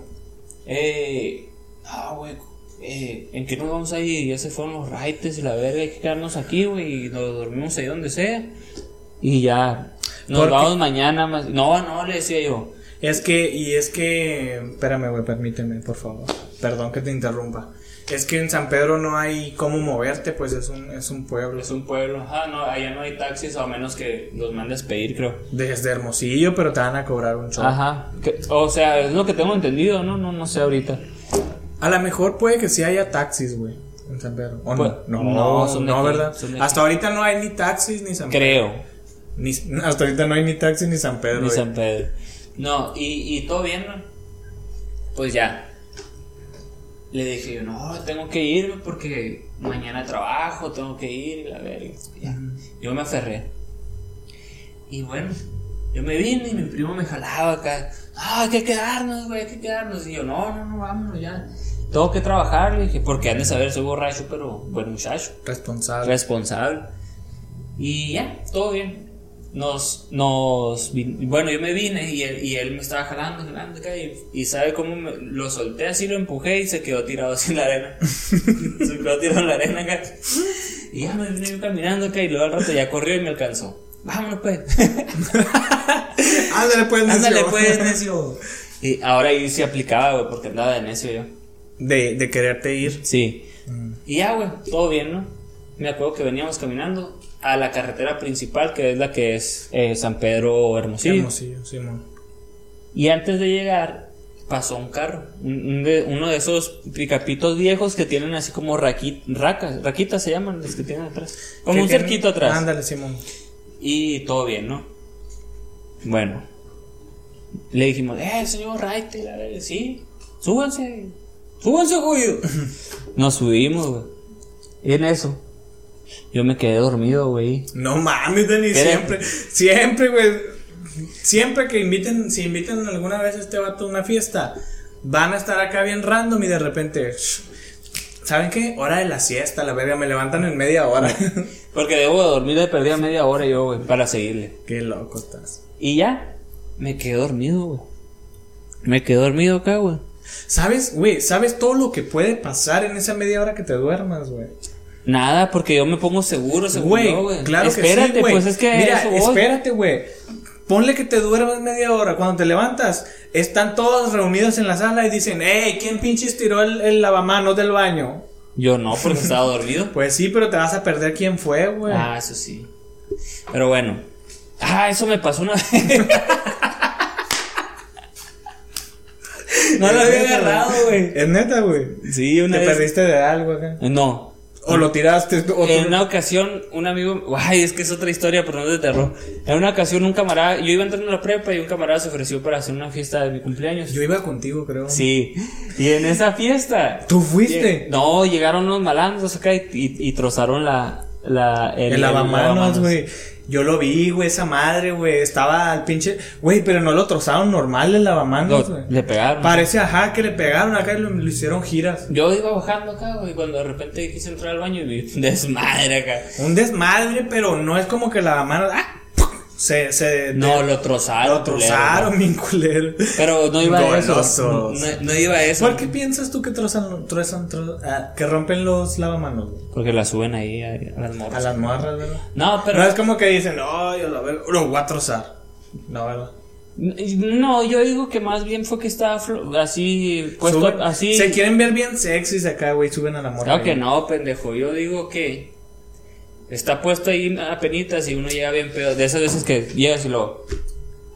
[SPEAKER 2] Eh. Ah, güey. eh, ¿En qué nos vamos a ir? Ya se fueron los raites y la verga. Hay que quedarnos aquí, güey. Y nos dormimos ahí donde sea. Y ya. Nos
[SPEAKER 1] Porque-
[SPEAKER 2] vamos mañana más. No, no, le decía yo.
[SPEAKER 1] Es que, y es que, espérame, güey, permíteme, por favor. Perdón que te interrumpa. Es que en San Pedro no hay cómo moverte, pues es un, es un pueblo.
[SPEAKER 2] Es un pueblo, ah, no, allá no hay taxis, a menos que los mandes pedir, creo.
[SPEAKER 1] Desde Hermosillo, pero te van a cobrar un chorro.
[SPEAKER 2] Ajá, que- o sea, es lo que tengo entendido, no, no, no sé ahorita.
[SPEAKER 1] A lo mejor puede que sí haya taxis, güey, en San Pedro. ¿O
[SPEAKER 2] Pues,
[SPEAKER 1] no, no,
[SPEAKER 2] no, son de
[SPEAKER 1] no,
[SPEAKER 2] aquí,
[SPEAKER 1] ¿verdad?
[SPEAKER 2] son de
[SPEAKER 1] Hasta ahorita no hay ni taxis ni San Pedro.
[SPEAKER 2] Creo,
[SPEAKER 1] Ni- hasta ahorita no hay ni taxis ni San Pedro.
[SPEAKER 2] ni
[SPEAKER 1] güey.
[SPEAKER 2] San Pedro. No, y, y todo bien, ¿no? Pues ya. Le dije yo, no, tengo que irme porque mañana trabajo, tengo que ir, la verga. Ya. Yo me aferré. Y bueno, yo me vine y mi primo me jalaba acá. Ah, hay que quedarnos, güey, hay que quedarnos. Y yo, no, no, no, vámonos ya. Tengo que trabajar, le dije, porque han de saber, soy borracho, pero buen muchacho
[SPEAKER 1] Responsable.
[SPEAKER 2] responsable. Y ya, todo bien. Nos, nos, vin- bueno, yo me vine y él, y él me estaba jalando, jalando acá y, y sabe cómo me- lo solté así, lo empujé y se quedó tirado así en la arena. se quedó tirado en la arena acá. Y ya me vine yo caminando acá y luego al rato ya corrió y me alcanzó. Vámonos pues.
[SPEAKER 1] Ándale, pues, necio.
[SPEAKER 2] Ándale pues, necio. Y ahora yo sí aplicaba, güey, porque andaba de necio yo.
[SPEAKER 1] De, de quererte ir.
[SPEAKER 2] Sí. Y ya, güey, todo bien, ¿no? Me acuerdo que veníamos caminando a la carretera principal, que es la que es eh, San Pedro Hermosillo.
[SPEAKER 1] Hermosillo, Simón.
[SPEAKER 2] Y antes de llegar, pasó un carro. un- un de- uno de esos picapitos viejos que tienen así como raqui- racas, raquitas se llaman, los que tienen atrás. Como
[SPEAKER 1] ¿Qué
[SPEAKER 2] un
[SPEAKER 1] tiene?
[SPEAKER 2] cerquito atrás.
[SPEAKER 1] Ándale, Simón.
[SPEAKER 2] Y todo bien, ¿no? Bueno. Le dijimos, eh, señor Raite, la verga, sí, súbanse, súbanse, güey. Nos subimos, güey. Y en eso, yo me quedé dormido, güey.
[SPEAKER 1] No mames, Dani,
[SPEAKER 2] Era-
[SPEAKER 1] siempre, siempre, güey. Siempre que inviten, si invitan alguna vez a este vato a una fiesta, van a estar acá bien random y de repente. shh, ¿Saben qué? Hora de la siesta, la verga, me levantan en media hora.
[SPEAKER 2] Porque debo de dormir de perdida media hora yo, güey, para seguirle.
[SPEAKER 1] qué loco estás.
[SPEAKER 2] Y ya, me quedé dormido, güey. Me quedé dormido acá, güey.
[SPEAKER 1] ¿Sabes, güey? ¿Sabes todo lo que puede pasar en esa media hora que te duermas, güey?
[SPEAKER 2] Nada, porque yo me pongo seguro, seguro,
[SPEAKER 1] Güey,
[SPEAKER 2] güey.
[SPEAKER 1] claro
[SPEAKER 2] Espérate,
[SPEAKER 1] que sí, güey.
[SPEAKER 2] pues es que a
[SPEAKER 1] Mira,
[SPEAKER 2] eso voy.
[SPEAKER 1] espérate, güey. Ponle que te duermas media hora. Cuando te levantas, están todos reunidos en la sala y dicen, hey, ¿quién pinches tiró el, el lavamanos del baño?
[SPEAKER 2] Yo no, porque estaba dormido.
[SPEAKER 1] Pues sí, pero te vas a perder quién fue, güey.
[SPEAKER 2] Ah, eso sí. Pero bueno. Ah, eso me pasó una vez. no lo había
[SPEAKER 1] Es neta,
[SPEAKER 2] agarrado, güey.
[SPEAKER 1] Es neta, güey.
[SPEAKER 2] Sí,
[SPEAKER 1] Te
[SPEAKER 2] una vez.
[SPEAKER 1] perdiste de algo acá.
[SPEAKER 2] No.
[SPEAKER 1] O lo tiraste. o tú-
[SPEAKER 2] En una ocasión, un amigo. Ay, es que es otra historia, pero no es de terror. En una ocasión, un camarada. Yo iba entrando a la prepa y un camarada se ofreció para hacer una fiesta de mi cumpleaños.
[SPEAKER 1] Yo iba contigo, creo.
[SPEAKER 2] Sí. Y en esa fiesta.
[SPEAKER 1] ¿Tú fuiste?
[SPEAKER 2] No, llegaron unos malandros acá y, y- y trozaron la. la
[SPEAKER 1] El, lavamanos, güey. Yo lo vi, güey, esa madre, güey. Estaba al pinche. Güey, pero no lo trozaron normal el lavamanos,
[SPEAKER 2] Lo-
[SPEAKER 1] güey.
[SPEAKER 2] le pegaron.
[SPEAKER 1] Parece ajá que le pegaron acá y lo, lo hicieron giras.
[SPEAKER 2] Yo iba bajando acá, güey, cuando de repente quise entrar al baño y vi un desmadre acá.
[SPEAKER 1] Un desmadre, pero no es como que la mano. ¡ah! Se, se
[SPEAKER 2] No,
[SPEAKER 1] de-
[SPEAKER 2] lo trozaron.
[SPEAKER 1] lo
[SPEAKER 2] culero,
[SPEAKER 1] trozaron, mi culero.
[SPEAKER 2] Pero no iba a eso.
[SPEAKER 1] Golosos.
[SPEAKER 2] No, no iba a eso.
[SPEAKER 1] ¿Por qué piensas tú que trozan, trozan, tro- ah, que rompen los lavamanos güey?
[SPEAKER 2] Porque la suben ahí a, a las
[SPEAKER 1] a
[SPEAKER 2] morras.
[SPEAKER 1] las morras, verdad?
[SPEAKER 2] No, pero.
[SPEAKER 1] no es como que dicen, no, yo lo, veo, lo voy a trozar. No, verdad.
[SPEAKER 2] No, yo digo que más bien fue que estaba flo- así, puesto
[SPEAKER 1] Suben-
[SPEAKER 2] Pues, así.
[SPEAKER 1] Se quieren ver bien sexys acá, güey. Suben a la morra.
[SPEAKER 2] Claro
[SPEAKER 1] güey.
[SPEAKER 2] que no, pendejo. Yo digo que está puesto ahí a penitas y uno llega bien pedo. De esas veces que llegas y luego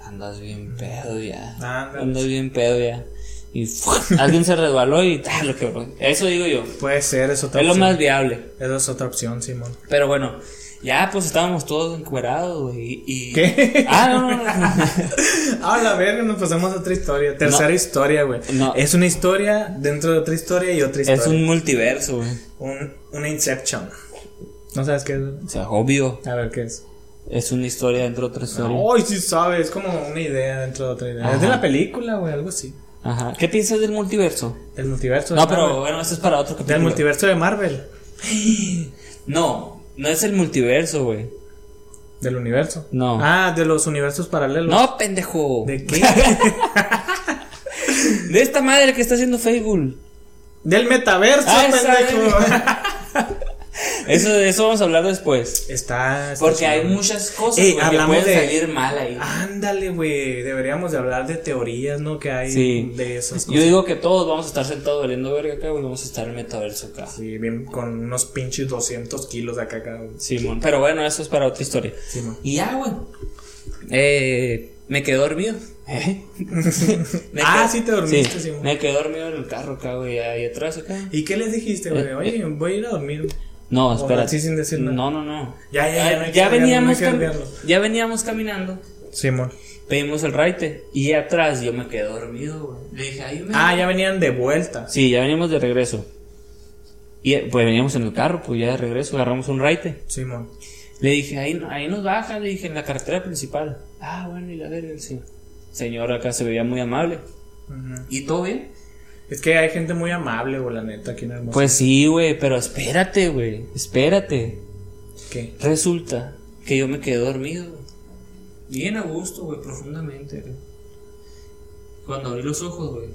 [SPEAKER 2] andas bien pedo ya.
[SPEAKER 1] Ándale.
[SPEAKER 2] Andas bien pedo ya. Y alguien se resbaló y tal, lo que Eso digo yo.
[SPEAKER 1] Puede ser, es otra
[SPEAKER 2] Es lo
[SPEAKER 1] opción.
[SPEAKER 2] más viable.
[SPEAKER 1] Eso es otra opción, Simón.
[SPEAKER 2] Pero bueno, ya pues estábamos todos encuerados, güey. Y, y-
[SPEAKER 1] ¿Qué?
[SPEAKER 2] Ah, no, no, no.
[SPEAKER 1] Ah, la verga, nos pasamos a otra historia. Tercera
[SPEAKER 2] No.
[SPEAKER 1] historia, güey.
[SPEAKER 2] No.
[SPEAKER 1] Es una historia dentro de otra historia y otra historia.
[SPEAKER 2] es un multiverso, güey.
[SPEAKER 1] Un- una Inception. ¿No sabes qué es? güey?
[SPEAKER 2] O sea, obvio.
[SPEAKER 1] A ver, ¿qué es?
[SPEAKER 2] Es una historia dentro de otra historia.
[SPEAKER 1] Ay, sí sabes, es como una idea dentro de otra idea. Es de
[SPEAKER 2] Ajá.
[SPEAKER 1] la película, güey, algo así.
[SPEAKER 2] Ajá. ¿Qué piensas del multiverso?
[SPEAKER 1] Del multiverso. de
[SPEAKER 2] No, pero
[SPEAKER 1] Marvel.
[SPEAKER 2] bueno, eso es para otro capítulo.
[SPEAKER 1] Pues Del multiverso de Marvel.
[SPEAKER 2] No, no es el multiverso, güey.
[SPEAKER 1] Del universo.
[SPEAKER 2] No.
[SPEAKER 1] Ah, de los universos paralelos.
[SPEAKER 2] No, pendejo.
[SPEAKER 1] ¿De qué?
[SPEAKER 2] De esta madre que está haciendo Facebook.
[SPEAKER 1] Del metaverso,
[SPEAKER 2] Ah, esa
[SPEAKER 1] pendejo.
[SPEAKER 2] Eso, de eso vamos a hablar después.
[SPEAKER 1] Está. está
[SPEAKER 2] Porque
[SPEAKER 1] chido,
[SPEAKER 2] hay
[SPEAKER 1] güey.
[SPEAKER 2] muchas cosas
[SPEAKER 1] Ey,
[SPEAKER 2] güey, que
[SPEAKER 1] hablamos
[SPEAKER 2] pueden
[SPEAKER 1] de- Ah,
[SPEAKER 2] salir mal ahí.
[SPEAKER 1] Ándale, güey. Deberíamos de hablar de teorías, ¿no? Que hay
[SPEAKER 2] Sí.
[SPEAKER 1] de esas cosas.
[SPEAKER 2] Yo digo que todos vamos a estar sentados valiendo verga acá, güey. Vamos a estar en el metaverso acá.
[SPEAKER 1] Sí, bien, con unos pinches 200 kilos de acá, cabrón.
[SPEAKER 2] Simón. Pero bueno, eso es para otra historia.
[SPEAKER 1] Sí, man.
[SPEAKER 2] Y ya, güey. Eh, me quedé dormido. ¿Eh? Me
[SPEAKER 1] Ah,
[SPEAKER 2] quedé-
[SPEAKER 1] sí te dormiste,
[SPEAKER 2] Sí,
[SPEAKER 1] Simón.
[SPEAKER 2] me quedé dormido en el carro acá, güey. Ahí atrás acá.
[SPEAKER 1] ¿Y qué les dijiste,
[SPEAKER 2] Eh,
[SPEAKER 1] güey? Oye, voy a ir a dormir.
[SPEAKER 2] No, espera.
[SPEAKER 1] así sin decir nada.
[SPEAKER 2] No, no, no.
[SPEAKER 1] Ya, ya, ya,
[SPEAKER 2] Ah,
[SPEAKER 1] no hay que
[SPEAKER 2] ya
[SPEAKER 1] cambiarlo, no hay
[SPEAKER 2] veníamos
[SPEAKER 1] que
[SPEAKER 2] cam-
[SPEAKER 1] cambiarlo.
[SPEAKER 2] ya veníamos caminando,
[SPEAKER 1] Simón.
[SPEAKER 2] Pedimos el raite. Y atrás yo me quedé dormido, güey. Le dije, ahí me.
[SPEAKER 1] Ah, ya venían de vuelta.
[SPEAKER 2] Sí, ya veníamos de regreso. Y eh, pues veníamos en el carro, pues ya de regreso, agarramos un raite.
[SPEAKER 1] Simón.
[SPEAKER 2] Le dije, ahí, ahí nos baja, le dije, en la carretera principal. Ah, bueno, y la verga, el señor. Señor acá se veía muy amable.
[SPEAKER 1] Ujú.
[SPEAKER 2] ¿Y todo bien?
[SPEAKER 1] Es que hay gente muy amable, güey, la neta, aquí en Hermosillo.
[SPEAKER 2] Pues sí, güey, pero espérate, güey, espérate.
[SPEAKER 1] ¿Qué?
[SPEAKER 2] Resulta que yo me quedé dormido. güey. Bien a gusto, güey, profundamente. güey. Cuando abrí los ojos, güey.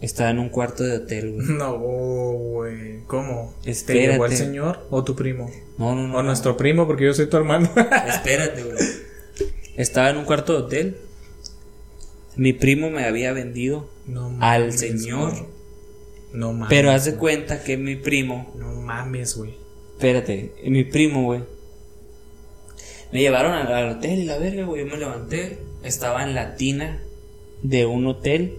[SPEAKER 2] Estaba en un cuarto de hotel, güey.
[SPEAKER 1] No, güey. ¿Cómo? ¿Te
[SPEAKER 2] Espérate.
[SPEAKER 1] llevó el señor o tu primo?
[SPEAKER 2] No, no, no.
[SPEAKER 1] O
[SPEAKER 2] no.
[SPEAKER 1] nuestro primo, porque yo soy tu hermano.
[SPEAKER 2] Espérate, güey. Estaba en un cuarto de hotel. Mi primo me había vendido
[SPEAKER 1] No
[SPEAKER 2] al
[SPEAKER 1] mames,
[SPEAKER 2] señor.
[SPEAKER 1] güey. No mames.
[SPEAKER 2] Pero haz de cuenta que mi primo
[SPEAKER 1] No mames, güey.
[SPEAKER 2] Espérate, eh, mi primo, güey. Me llevaron al, al hotel y la verga, güey. Yo me levanté. Estaba en la tina de un hotel.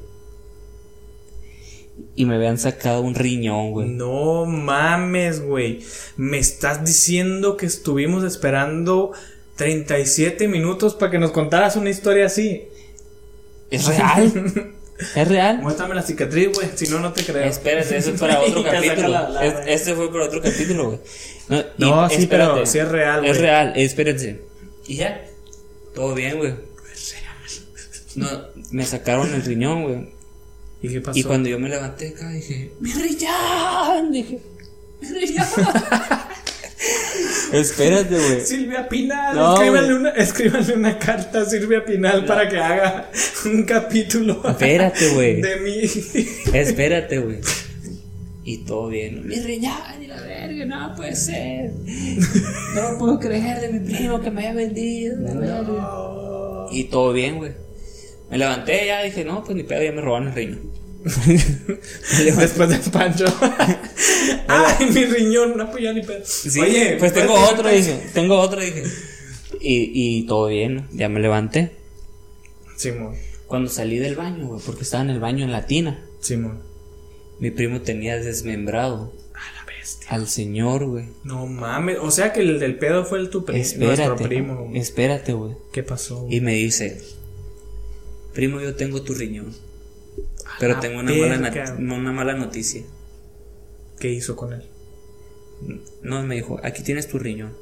[SPEAKER 2] Y me habían sacado un riñón, güey.
[SPEAKER 1] No mames, güey. Me estás diciendo que estuvimos esperando 37 minutos para que nos contaras una historia así.
[SPEAKER 2] ¿Es real? ¿Es real?
[SPEAKER 1] Muéstrame la cicatriz, güey. Si no, no te creo.
[SPEAKER 2] Espérate, eso es para otro
[SPEAKER 1] Te saca
[SPEAKER 2] capítulo.
[SPEAKER 1] la- la-
[SPEAKER 2] Es- este fue para otro capítulo, güey. No, y
[SPEAKER 1] No, sí, pero
[SPEAKER 2] espérate.
[SPEAKER 1] sí es real,
[SPEAKER 2] Es
[SPEAKER 1] güey.
[SPEAKER 2] real, espérense. Y ya, todo bien, güey. No, me sacaron el riñón, güey.
[SPEAKER 1] ¿Y qué pasó?
[SPEAKER 2] Y cuando yo me levanté acá dije, ¡Mi Rillán! Dije, ¡Mi Rillán! Espérate, güey.
[SPEAKER 1] Silvia Pinal,
[SPEAKER 2] No,
[SPEAKER 1] escríbanle,
[SPEAKER 2] güey.
[SPEAKER 1] una, escríbanle una carta a Silvia Pinal para que haga un capítulo
[SPEAKER 2] Espérate, güey.
[SPEAKER 1] de mí.
[SPEAKER 2] Espérate, güey. Y todo bien. Mi Rillán, y la verga, no pues. puede ser. No lo puedo creer de mi primo que me haya vendido. la verga. Y todo bien, güey. Me levanté ya, dije, no, pues ni pedo, ya me robaron el riñón.
[SPEAKER 1] Después de Pancho. Ay, mi riñón, no, pues ya ni pedo.
[SPEAKER 2] Sí, pues tengo otro, dije. Tengo otro, dije. Y, y todo bien, ¿no? ya me levanté.
[SPEAKER 1] Simón,
[SPEAKER 2] Cuando salí del baño, güey, porque estaba en el baño en la tina.
[SPEAKER 1] Simón.
[SPEAKER 2] Mi primo tenía desmembrado
[SPEAKER 1] A la bestia.
[SPEAKER 2] al señor, güey.
[SPEAKER 1] No mames, o sea que el del pedo fue el tu primo, nuestro
[SPEAKER 2] Espérate.
[SPEAKER 1] primo. güey.
[SPEAKER 2] Espérate, güey.
[SPEAKER 1] ¿Qué pasó? güey?
[SPEAKER 2] Y me dice, primo, yo tengo tu riñón.
[SPEAKER 1] la
[SPEAKER 2] Pero tengo una mala,
[SPEAKER 1] verga.
[SPEAKER 2] nat- una mala noticia.
[SPEAKER 1] ¿Qué hizo con él?
[SPEAKER 2] No, me dijo, aquí tienes tu riñón.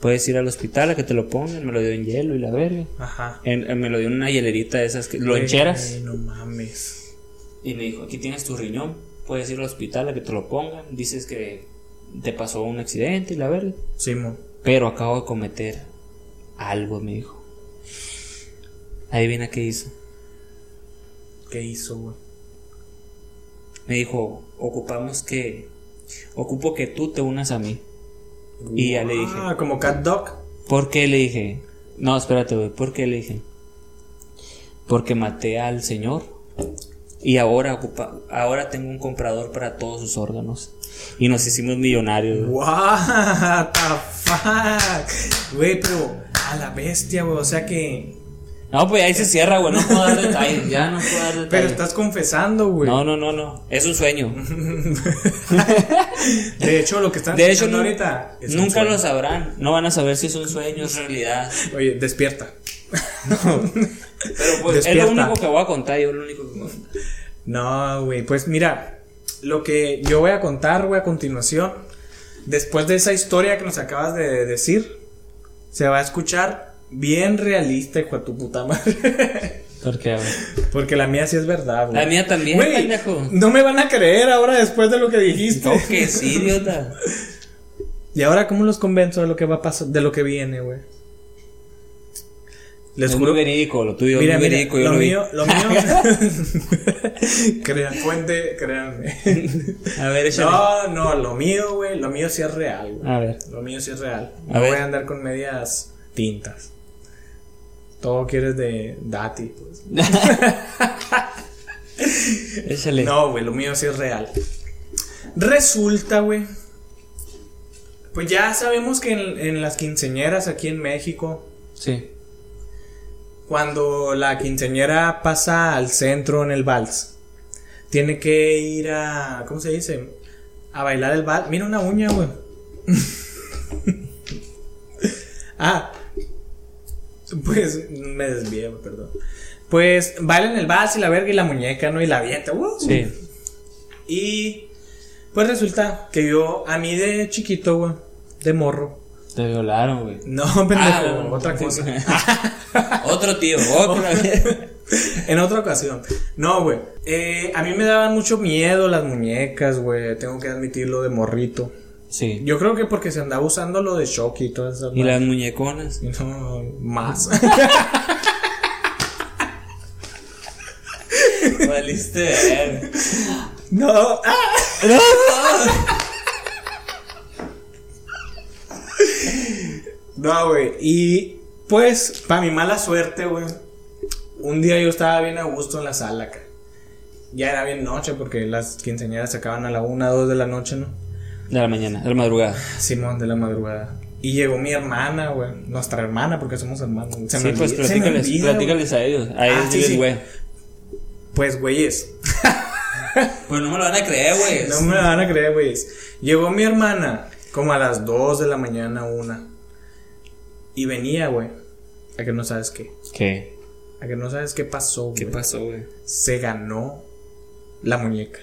[SPEAKER 2] Puedes ir al hospital a que te lo pongan. Me lo dio en hielo y la verga.
[SPEAKER 1] Ajá.
[SPEAKER 2] En- en- me lo dio en una hielerita de esas que, loncheras.
[SPEAKER 1] Ay, no mames.
[SPEAKER 2] Y me dijo, aquí tienes tu riñón, puedes ir al hospital a que te lo pongan, dices que te pasó un accidente y la verga.
[SPEAKER 1] Simón.
[SPEAKER 2] Pero acabo de cometer algo, me dijo. Adivina qué hizo.
[SPEAKER 1] ¿Qué hizo, güey?
[SPEAKER 2] Me dijo, ocupamos que... Ocupo que tú te unas a mí. Y ya le dije.
[SPEAKER 1] Ah, como Cat Dog.
[SPEAKER 2] ¿Por qué le dije? No, espérate, güey. ¿Por qué le dije? Porque maté al señor. Y ahora, ocupa, ahora tengo un comprador para todos sus órganos. Y nos hicimos millonarios. güey.
[SPEAKER 1] What the fuck. Güey, pero a la bestia, güey. O sea que.
[SPEAKER 2] No, pues ahí se cierra, güey. No puedo dar detalles. Ya no puedo dar detalles.
[SPEAKER 1] Pero estás confesando, güey.
[SPEAKER 2] No, no, no, no. Es un sueño.
[SPEAKER 1] De hecho, lo que están
[SPEAKER 2] De hecho,
[SPEAKER 1] escuchando
[SPEAKER 2] nu-
[SPEAKER 1] ahorita. es un
[SPEAKER 2] nunca
[SPEAKER 1] sueño.
[SPEAKER 2] lo sabrán. No van a saber si es un sueño, es realidad.
[SPEAKER 1] Oye, despierta.
[SPEAKER 2] Pero pues es
[SPEAKER 1] Despierta.
[SPEAKER 2] lo único que voy a contar. Yo lo único que voy a contar.
[SPEAKER 1] No, güey, pues mira, lo que yo voy a contar, güey, a continuación, después de esa historia que nos acabas de decir, se va a escuchar bien realista, hijo de tu puta madre.
[SPEAKER 2] ¿Por qué, güey?
[SPEAKER 1] Porque la mía sí es verdad, güey.
[SPEAKER 2] La mía también,
[SPEAKER 1] Güey,
[SPEAKER 2] pendejo.
[SPEAKER 1] No me van a creer ahora después de lo que dijiste.
[SPEAKER 2] No, que sí, idiota.
[SPEAKER 1] Y ahora, ¿cómo los convenzo de lo que va a pasar, de lo que viene, güey? Les
[SPEAKER 2] es
[SPEAKER 1] juro.
[SPEAKER 2] muy verídico, lo tuyo es muy verídico. yo
[SPEAKER 1] lo,
[SPEAKER 2] lo vi.
[SPEAKER 1] mío, lo mío. Crean fuente, créanme.
[SPEAKER 2] A ver, échale.
[SPEAKER 1] No, no, lo mío, güey, lo mío sí es real, güey.
[SPEAKER 2] A ver.
[SPEAKER 1] Lo mío sí es real.
[SPEAKER 2] A
[SPEAKER 1] no
[SPEAKER 2] ver.
[SPEAKER 1] voy a andar con medias tintas. Todo quieres de Dati, pues.
[SPEAKER 2] Échale.
[SPEAKER 1] No, güey, lo mío sí es real. Resulta, güey. Pues ya sabemos que en, en las quinceñeras aquí en México,
[SPEAKER 2] Sí.
[SPEAKER 1] cuando la quinceñera pasa al centro en el vals, tiene que ir a. ¿Cómo se dice? A bailar el vals. Mira una uña, güey. ah. Pues me desvié, güey, perdón. Pues bailan el vals y la verga y la muñeca, ¿no? Y la avienta, ¡wow!
[SPEAKER 2] Sí.
[SPEAKER 1] Y pues resulta que yo, a mí de chiquito, güey, de morro.
[SPEAKER 2] Te violaron, güey.
[SPEAKER 1] No, pendejo, Ah,
[SPEAKER 2] no,
[SPEAKER 1] otra
[SPEAKER 2] no,
[SPEAKER 1] cosa.
[SPEAKER 2] Otro tío, otra
[SPEAKER 1] en otra ocasión. No, güey. Eh, a mí me daban mucho miedo las muñecas, güey. Tengo que admitirlo de morrito.
[SPEAKER 2] Sí.
[SPEAKER 1] Yo creo que porque se andaba usando lo de Shocky y todas esas
[SPEAKER 2] Y las
[SPEAKER 1] madres.
[SPEAKER 2] muñeconas.
[SPEAKER 1] No, más.
[SPEAKER 2] Valiste ver.
[SPEAKER 1] no. ¡Ah! No, güey. Y pues, para mi mala suerte, güey. Un día yo estaba bien a gusto en la sala acá. Ya era bien noche porque las quinceañeras se acaban a la una, dos de la noche, ¿no?
[SPEAKER 2] De la mañana, de la madrugada.
[SPEAKER 1] Simón de la madrugada. Y llegó mi hermana, güey. Nuestra hermana, porque somos hermanos. Se
[SPEAKER 2] sí,
[SPEAKER 1] me
[SPEAKER 2] pues
[SPEAKER 1] olvida- se me
[SPEAKER 2] platícales,
[SPEAKER 1] olvida, güey.
[SPEAKER 2] platícales a ellos. A
[SPEAKER 1] Ah,
[SPEAKER 2] ellos
[SPEAKER 1] sí,
[SPEAKER 2] diles,
[SPEAKER 1] sí.
[SPEAKER 2] güey.
[SPEAKER 1] Pues, güeyes.
[SPEAKER 2] Pues no me lo van a creer, güey.
[SPEAKER 1] No me van a creer, güey. Llegó mi hermana como a las 2 de la mañana, una. Y venía, güey. A que no sabes qué.
[SPEAKER 2] ¿Qué?
[SPEAKER 1] A que no sabes qué pasó, güey.
[SPEAKER 2] ¿Qué pasó, güey?
[SPEAKER 1] Se ganó la muñeca.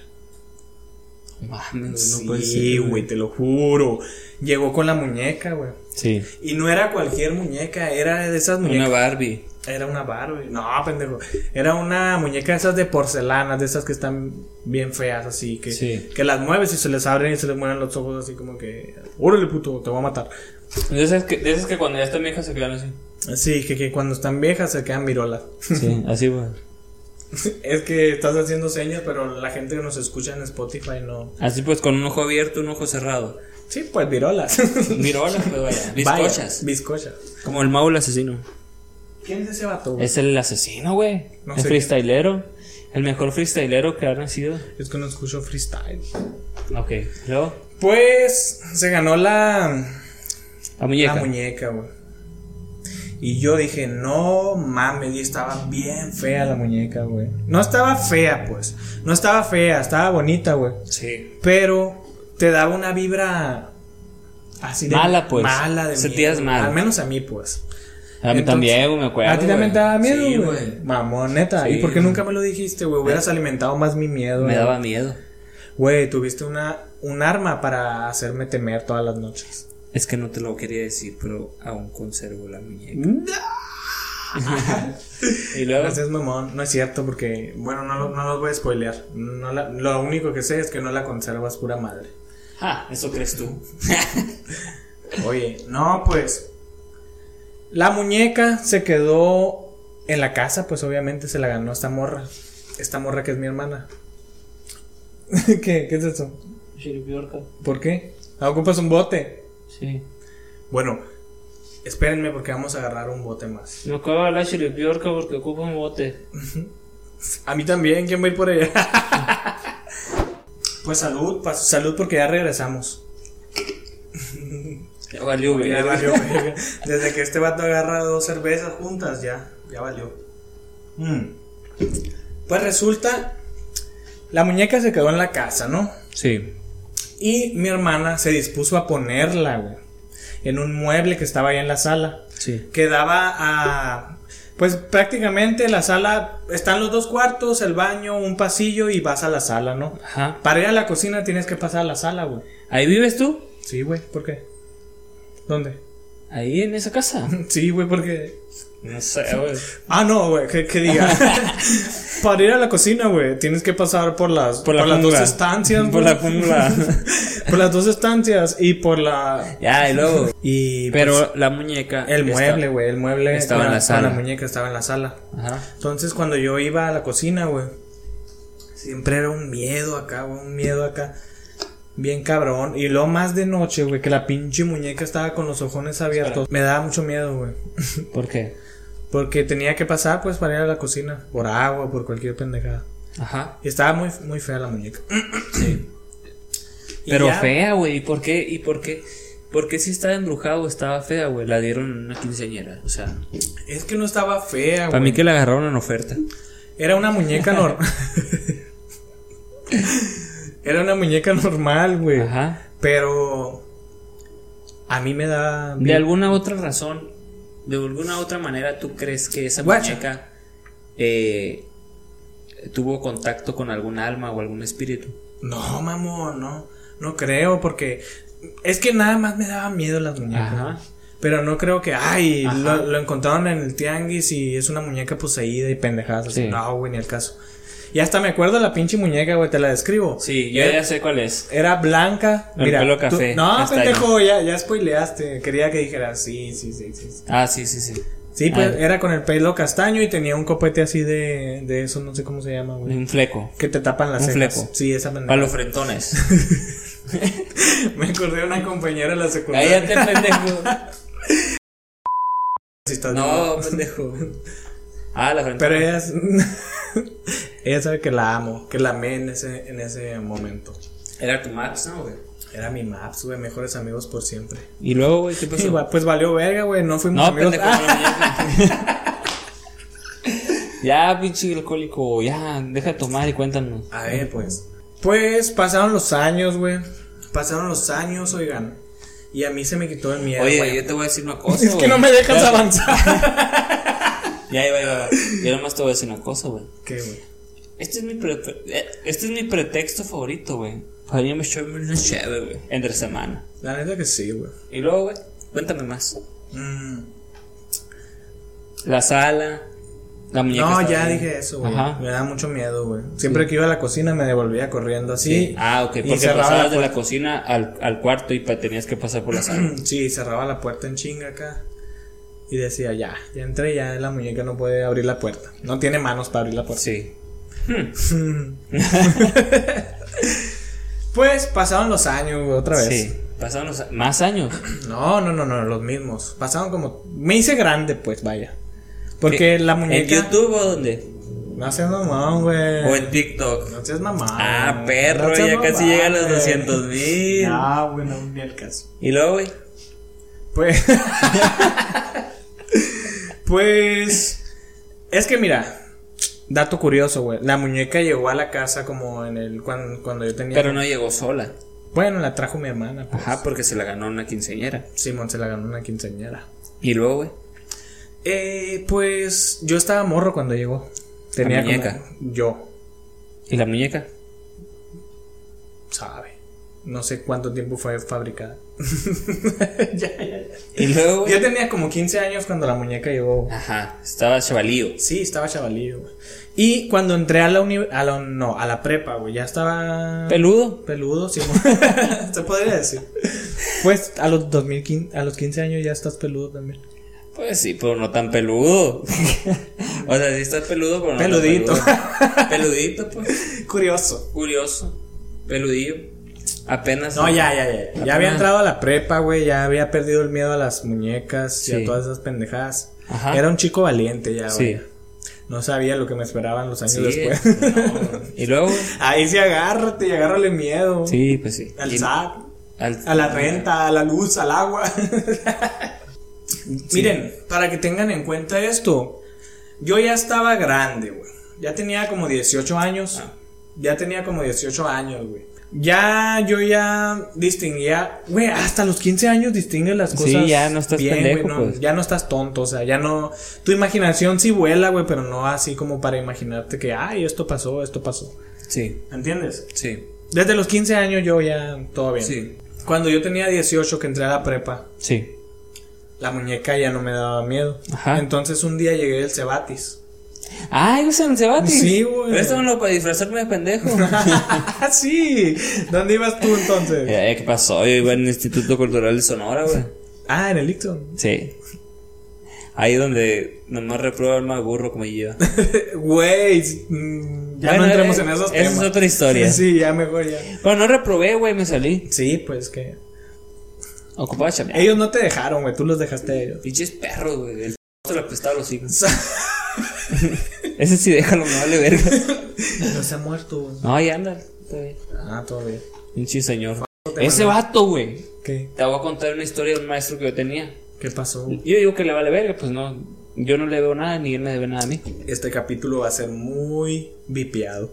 [SPEAKER 2] Mames, güey, no puede
[SPEAKER 1] Sí,
[SPEAKER 2] ser.
[SPEAKER 1] güey, te lo juro. Llegó con la muñeca, güey.
[SPEAKER 2] Sí.
[SPEAKER 1] Y no era cualquier muñeca, era de esas muñecas.
[SPEAKER 2] Una Barbie.
[SPEAKER 1] Era una Barbie. No, pendejo. Era una muñeca de esas de porcelana, de esas que están bien feas, así que,
[SPEAKER 2] Sí.
[SPEAKER 1] que las mueves y se les abren y se les mueven los ojos, así como que, órale puto, te voy a matar.
[SPEAKER 2] De esas que, de esas que cuando ya están viejas se quedan así.
[SPEAKER 1] Así que, que cuando están viejas se quedan virolas.
[SPEAKER 2] Sí, así, güey.
[SPEAKER 1] es que estás haciendo señas, pero la gente que nos escucha en Spotify no.
[SPEAKER 2] Así pues, con un ojo abierto, un ojo cerrado.
[SPEAKER 1] Sí, pues virolas.
[SPEAKER 2] Mirolas, pues
[SPEAKER 1] Vaya,
[SPEAKER 2] vaya. Bizcochas.
[SPEAKER 1] Bizcochas.
[SPEAKER 2] Como el Maul asesino.
[SPEAKER 1] ¿Quién es ese vato? güey?
[SPEAKER 2] Es el asesino, güey.
[SPEAKER 1] No
[SPEAKER 2] el
[SPEAKER 1] sé.
[SPEAKER 2] freestylero. El mejor freestylero que ha nacido.
[SPEAKER 1] Es que no escucho freestyle.
[SPEAKER 2] Ok. Luego,
[SPEAKER 1] Pues se ganó la
[SPEAKER 2] la muñeca.
[SPEAKER 1] La muñeca, güey. Y yo dije, no mames, y estaba bien fea la muñeca, güey. No estaba fea, pues. No estaba fea, estaba bonita, güey.
[SPEAKER 2] Sí.
[SPEAKER 1] Pero te daba una vibra así de.
[SPEAKER 2] Mala, pues.
[SPEAKER 1] Mala de
[SPEAKER 2] Sentías
[SPEAKER 1] miedo.
[SPEAKER 2] mal.
[SPEAKER 1] Al menos a mí, pues.
[SPEAKER 2] A mí
[SPEAKER 1] Entonces,
[SPEAKER 2] también, güey, me acuerdo.
[SPEAKER 1] a ti también te
[SPEAKER 2] güey.
[SPEAKER 1] daba miedo,
[SPEAKER 2] Sí,
[SPEAKER 1] güey. Mamón, neta. ¿Y
[SPEAKER 2] Sí,
[SPEAKER 1] por qué
[SPEAKER 2] güey. Eh,
[SPEAKER 1] nunca me lo dijiste, güey? Hubieras alimentado más mi miedo.
[SPEAKER 2] Me
[SPEAKER 1] güey.
[SPEAKER 2] daba miedo.
[SPEAKER 1] Güey, tuviste una, un arma para hacerme temer todas las noches.
[SPEAKER 2] Es que no te lo quería decir, pero aún conservo la muñeca. Y luego,
[SPEAKER 1] Gracias, mamón. No es cierto, porque, bueno, no, lo- no los voy a spoilear. No la- lo único que sé es que no la conservas pura madre.
[SPEAKER 2] ah, eso crees tú.
[SPEAKER 1] Oye, no, pues. La muñeca se quedó en la casa, pues obviamente se la ganó esta morra. Esta morra que es mi hermana. ¿Qué? ¿Qué es eso? ¿Por qué? Ah, ¿Ocupas un bote?
[SPEAKER 2] Sí.
[SPEAKER 1] Bueno, espérenme porque vamos a agarrar un bote más.
[SPEAKER 2] Me acabo de la chiripiorca porque ocupa un bote.
[SPEAKER 1] A mí también, ¿quién va a ir por ella? pues salud, pas- salud porque ya regresamos.
[SPEAKER 2] Ya valió, güey.
[SPEAKER 1] Ya valió, verga. Desde que este vato agarra dos cervezas juntas, ya, ya valió. Mm. Pues resulta, la muñeca se quedó en la casa, ¿no?
[SPEAKER 2] Sí.
[SPEAKER 1] Y mi hermana se dispuso a ponerla, güey, en un mueble que estaba ahí en la sala.
[SPEAKER 2] Sí.
[SPEAKER 1] Que daba a. Pues prácticamente la sala, están los dos cuartos, el baño, un pasillo y vas a la sala, ¿no?
[SPEAKER 2] Ajá.
[SPEAKER 1] Para ir a la cocina tienes que pasar a la sala, güey.
[SPEAKER 2] ¿Ahí vives tú?
[SPEAKER 1] Sí, güey, ¿por qué? ¿Dónde?
[SPEAKER 2] ¿Ahí en esa casa?
[SPEAKER 1] Sí, güey, porque
[SPEAKER 2] No sé, güey.
[SPEAKER 1] Ah, no, güey, que, que diga. Para ir a la cocina, güey, tienes que pasar por las, por
[SPEAKER 2] Por la
[SPEAKER 1] las dos
[SPEAKER 2] jungla.
[SPEAKER 1] estancias.
[SPEAKER 2] Por
[SPEAKER 1] güey.
[SPEAKER 2] la jungla.
[SPEAKER 1] por las dos estancias y por la...
[SPEAKER 2] Ya, y luego.
[SPEAKER 1] Y
[SPEAKER 2] Pero
[SPEAKER 1] pues,
[SPEAKER 2] la muñeca.
[SPEAKER 1] el
[SPEAKER 2] está-
[SPEAKER 1] mueble, güey, el mueble...
[SPEAKER 2] estaba en
[SPEAKER 1] con
[SPEAKER 2] la sala.
[SPEAKER 1] con La muñeca estaba en la sala.
[SPEAKER 2] Ajá.
[SPEAKER 1] Entonces, cuando yo iba a la cocina, güey, siempre era un miedo acá, güey, un miedo acá. Bien cabrón. Y lo más de noche, güey, que la pinche muñeca estaba con los ojones abiertos. Me daba mucho miedo, güey.
[SPEAKER 2] ¿Por qué?
[SPEAKER 1] Porque tenía que pasar, pues, para ir a la cocina. Por agua, por cualquier pendejada.
[SPEAKER 2] Ajá.
[SPEAKER 1] Y estaba muy, muy fea la muñeca. Y
[SPEAKER 2] Pero
[SPEAKER 1] ya,
[SPEAKER 2] fea, güey. ¿Y por qué? ¿Y por qué? Porque si estaba embrujado, estaba fea, güey. La dieron en una quinceañera. O sea,
[SPEAKER 1] Es que no estaba fea,
[SPEAKER 2] para
[SPEAKER 1] güey.
[SPEAKER 2] mí que la agarraron en oferta.
[SPEAKER 1] Era una muñeca normal. Era una muñeca normal, güey.
[SPEAKER 2] Ajá.
[SPEAKER 1] Pero. A mí me da.
[SPEAKER 2] De alguna otra razón, de alguna u otra manera tú crees que esa
[SPEAKER 1] Guacha.
[SPEAKER 2] muñeca eh, tuvo contacto con algún alma o algún espíritu?
[SPEAKER 1] No, mamón, no. No creo, porque es que nada más me daba miedo las muñecas.
[SPEAKER 2] Ajá.
[SPEAKER 1] Pero no creo que, ay,
[SPEAKER 2] Ajá.
[SPEAKER 1] lo, lo encontraron en el tianguis y es una muñeca poseída y pendejadas. así.
[SPEAKER 2] Sí.
[SPEAKER 1] No, güey, ni el caso. Y hasta me acuerdo la pinche muñeca, güey, te la describo.
[SPEAKER 2] Sí, yo
[SPEAKER 1] Era-
[SPEAKER 2] ya sé cuál es.
[SPEAKER 1] Era blanca.
[SPEAKER 2] El
[SPEAKER 1] Mira,
[SPEAKER 2] pelo
[SPEAKER 1] tú-
[SPEAKER 2] café.
[SPEAKER 1] no,
[SPEAKER 2] Castaño.
[SPEAKER 1] pendejo, ya, ya spoileaste. Quería que dijeras, sí, sí, sí, sí. sí.
[SPEAKER 2] Ah, sí, sí, sí.
[SPEAKER 1] Sí, pues
[SPEAKER 2] Ah.
[SPEAKER 1] era con el pelo castaño y tenía un copete así de, de eso, no sé cómo se llama, güey.
[SPEAKER 2] Un fleco.
[SPEAKER 1] Que te tapan las
[SPEAKER 2] Un
[SPEAKER 1] cejas.
[SPEAKER 2] fleco.
[SPEAKER 1] Sí, esa pendeja.
[SPEAKER 2] Para los frentones.
[SPEAKER 1] Me acordé de una compañera de la secundaria.
[SPEAKER 2] Cállate, pendejo.
[SPEAKER 1] Si estás viendo.
[SPEAKER 2] No, pendejo. Ah, la frente.
[SPEAKER 1] Pero ella, es- ella sabe que la amo, que la amé en ese, en ese momento.
[SPEAKER 2] Era tu Max, ¿no, güey?
[SPEAKER 1] Era mi maps, güey, mejores amigos por siempre.
[SPEAKER 2] Y luego, güey, ¿qué
[SPEAKER 1] Sí, va- pues valió verga, güey, no fuimos
[SPEAKER 2] No,
[SPEAKER 1] amigos.
[SPEAKER 2] pendejo,
[SPEAKER 1] Ah,
[SPEAKER 2] no, ya. Ya, pinche alcohólico, ya, deja de tomar y cuéntanos.
[SPEAKER 1] A ver, pues. Pues pasaron los años, güey. Pasaron los años, oigan. Y a mí se me quitó el miedo.
[SPEAKER 2] Oye,
[SPEAKER 1] güey.
[SPEAKER 2] yo te voy a decir una cosa.
[SPEAKER 1] es que
[SPEAKER 2] güey.
[SPEAKER 1] no me dejas
[SPEAKER 2] Ya,
[SPEAKER 1] avanzar.
[SPEAKER 2] Ya, ya, ya. Yo nomás te voy a decir una cosa, güey.
[SPEAKER 1] ¿Qué, güey?
[SPEAKER 2] Este es mi, pre- eh, este es mi pretexto favorito, güey. Para irme a echarme una chévere, güey. Entre semana.
[SPEAKER 1] La neta que sí, güey.
[SPEAKER 2] Y luego, güey, cuéntame más.
[SPEAKER 1] Mm,
[SPEAKER 2] La sala, la muñeca.
[SPEAKER 1] No,
[SPEAKER 2] estaba
[SPEAKER 1] ya
[SPEAKER 2] ahí.
[SPEAKER 1] dije eso, güey.
[SPEAKER 2] Ajá.
[SPEAKER 1] Me da mucho miedo, güey. Siempre que iba a la cocina me devolvía corriendo así.
[SPEAKER 2] Ah, ok,
[SPEAKER 1] y
[SPEAKER 2] porque
[SPEAKER 1] cerraba
[SPEAKER 2] pasabas
[SPEAKER 1] la
[SPEAKER 2] de la cocina al, al cuarto y pa- tenías que pasar por la sala.
[SPEAKER 1] Sí, cerraba la puerta en chinga acá. Y decía, ya, ya entré, ya la muñeca no puede abrir la puerta. No tiene manos para abrir la puerta.
[SPEAKER 2] Sí.
[SPEAKER 1] Pues pasaron los años, güey, otra vez.
[SPEAKER 2] Sí. Pasaron los a- más años.
[SPEAKER 1] No, no, no, no, los mismos. Pasaron como. Me hice grande, pues, vaya. Porque la
[SPEAKER 2] Eh, ¿En
[SPEAKER 1] muñeca. Eh.
[SPEAKER 2] YouTube o dónde?
[SPEAKER 1] No seas mamón, güey.
[SPEAKER 2] ¿O en TikTok?
[SPEAKER 1] No seas mamón.
[SPEAKER 2] Ah,
[SPEAKER 1] güey.
[SPEAKER 2] perro,
[SPEAKER 1] No seas
[SPEAKER 2] ya casi
[SPEAKER 1] mamón,
[SPEAKER 2] llega a los
[SPEAKER 1] güey.
[SPEAKER 2] 200,000.
[SPEAKER 1] Ah, güey, no, ni el caso.
[SPEAKER 2] ¿Y luego, güey?
[SPEAKER 1] Pues. pues. Es que mira. Dato curioso, güey. La muñeca llegó a la casa como en el. Cuando, cuando yo tenía.
[SPEAKER 2] Pero no llegó sola.
[SPEAKER 1] Bueno, la trajo mi hermana. pues.
[SPEAKER 2] Ajá, porque se la ganó una quinceañera.
[SPEAKER 1] Simón se la ganó una quinceañera.
[SPEAKER 2] ¿Y luego, güey?
[SPEAKER 1] Eh, pues. Yo estaba morro cuando llegó. Tenía como-
[SPEAKER 2] muñeca.
[SPEAKER 1] Yo,
[SPEAKER 2] ¿Y la muñeca?
[SPEAKER 1] sabe. No sé cuánto tiempo fue fabricada. ya, ya, ya.
[SPEAKER 2] ¿Y luego,
[SPEAKER 1] Yo
[SPEAKER 2] güey?
[SPEAKER 1] tenía como 15 años cuando la muñeca llegó.
[SPEAKER 2] Ajá, estaba chavalío.
[SPEAKER 1] Sí, estaba chavalillo, güey. Y cuando entré a la uni a la, no, a la prepa, güey, ya estaba
[SPEAKER 2] ¿Peludo?
[SPEAKER 1] peludo, sí. Se podría decir. Pues a los 2015, a los 15 años ya estás peludo también.
[SPEAKER 2] Pues sí, pero no tan peludo. o sea, sí estás peludo, pero no tan
[SPEAKER 1] Peludito.
[SPEAKER 2] peludo. Peludito, pues.
[SPEAKER 1] Curioso.
[SPEAKER 2] Curioso, peludillo, apenas.
[SPEAKER 1] No, ya, ya, ya. Ya
[SPEAKER 2] Apenas.
[SPEAKER 1] había entrado a la prepa, güey, ya había perdido el miedo a las muñecas y
[SPEAKER 2] Sí.
[SPEAKER 1] a todas esas pendejadas.
[SPEAKER 2] Ajá.
[SPEAKER 1] Era un chico valiente ya,
[SPEAKER 2] Sí.
[SPEAKER 1] güey. No sabía lo que me esperaban los años
[SPEAKER 2] Sí,
[SPEAKER 1] después.
[SPEAKER 2] no. Y luego.
[SPEAKER 1] Ahí sí agárrate y agárrale miedo.
[SPEAKER 2] Sí, pues sí.
[SPEAKER 1] Al
[SPEAKER 2] Y-
[SPEAKER 1] SAT.
[SPEAKER 2] al-
[SPEAKER 1] A la renta, a la luz, al agua. Miren, para que tengan en cuenta esto, yo ya estaba grande, güey. Ya tenía como 18 años.
[SPEAKER 2] Ah.
[SPEAKER 1] Ya tenía como 18 años, güey. Ya, yo ya distinguía, güey, hasta los 15 años distingues las
[SPEAKER 2] Sí,
[SPEAKER 1] cosas.
[SPEAKER 2] ya no estás pendejo, pues.
[SPEAKER 1] Ya no estás tonto, o sea, ya no. Tu imaginación sí vuela, güey, pero no así como para imaginarte que, ay, esto pasó, esto pasó.
[SPEAKER 2] Sí,
[SPEAKER 1] ¿Entiendes?
[SPEAKER 2] sí,
[SPEAKER 1] Desde los 15 años yo ya todo bien.
[SPEAKER 2] sí,
[SPEAKER 1] Cuando yo tenía 18 que entré a la prepa,
[SPEAKER 2] sí.
[SPEAKER 1] la muñeca ya no me daba miedo.
[SPEAKER 2] Ajá.
[SPEAKER 1] Entonces un día llegué del Cebatis.
[SPEAKER 2] Ay, usan Sebatis.
[SPEAKER 1] Sí, güey.
[SPEAKER 2] Préstamelo para disfrazarme de pendejo.
[SPEAKER 1] ¡Ah, sí! ¿Dónde ibas tú entonces?
[SPEAKER 2] Eh, ¿Qué pasó? Yo iba en el Instituto Cultural de Sonora, güey.
[SPEAKER 1] Ah, en el Icton.
[SPEAKER 2] Sí. Ahí donde nomás reprueba el más burro como yo.
[SPEAKER 1] Güey, mm, ya
[SPEAKER 2] Bueno,
[SPEAKER 1] no entremos
[SPEAKER 2] eh,
[SPEAKER 1] en esos
[SPEAKER 2] esa
[SPEAKER 1] temas.
[SPEAKER 2] es otra historia.
[SPEAKER 1] Sí, ya mejor ya.
[SPEAKER 2] Pero no reprobé, güey, me salí.
[SPEAKER 1] Sí, pues que...
[SPEAKER 2] Ocupaba chambear.
[SPEAKER 1] Ellos no te dejaron, güey, tú los dejaste a ellos.
[SPEAKER 2] Pinches perros, güey. El se lo apestaba a los hijos. Ese sí déjalo, me vale verga.
[SPEAKER 1] no se ha muerto. güey.
[SPEAKER 2] No, ahí anda. Está bien.
[SPEAKER 1] Ah, todavía.
[SPEAKER 2] Pinche señor. Ese vato, güey.
[SPEAKER 1] ¿Qué?
[SPEAKER 2] Te voy a contar una historia de un maestro que yo tenía.
[SPEAKER 1] ¿Qué pasó?
[SPEAKER 2] Yo digo que le vale verga, pues no. Yo no le veo nada, ni él me debe nada a mí.
[SPEAKER 1] Este capítulo va a ser muy vipiado.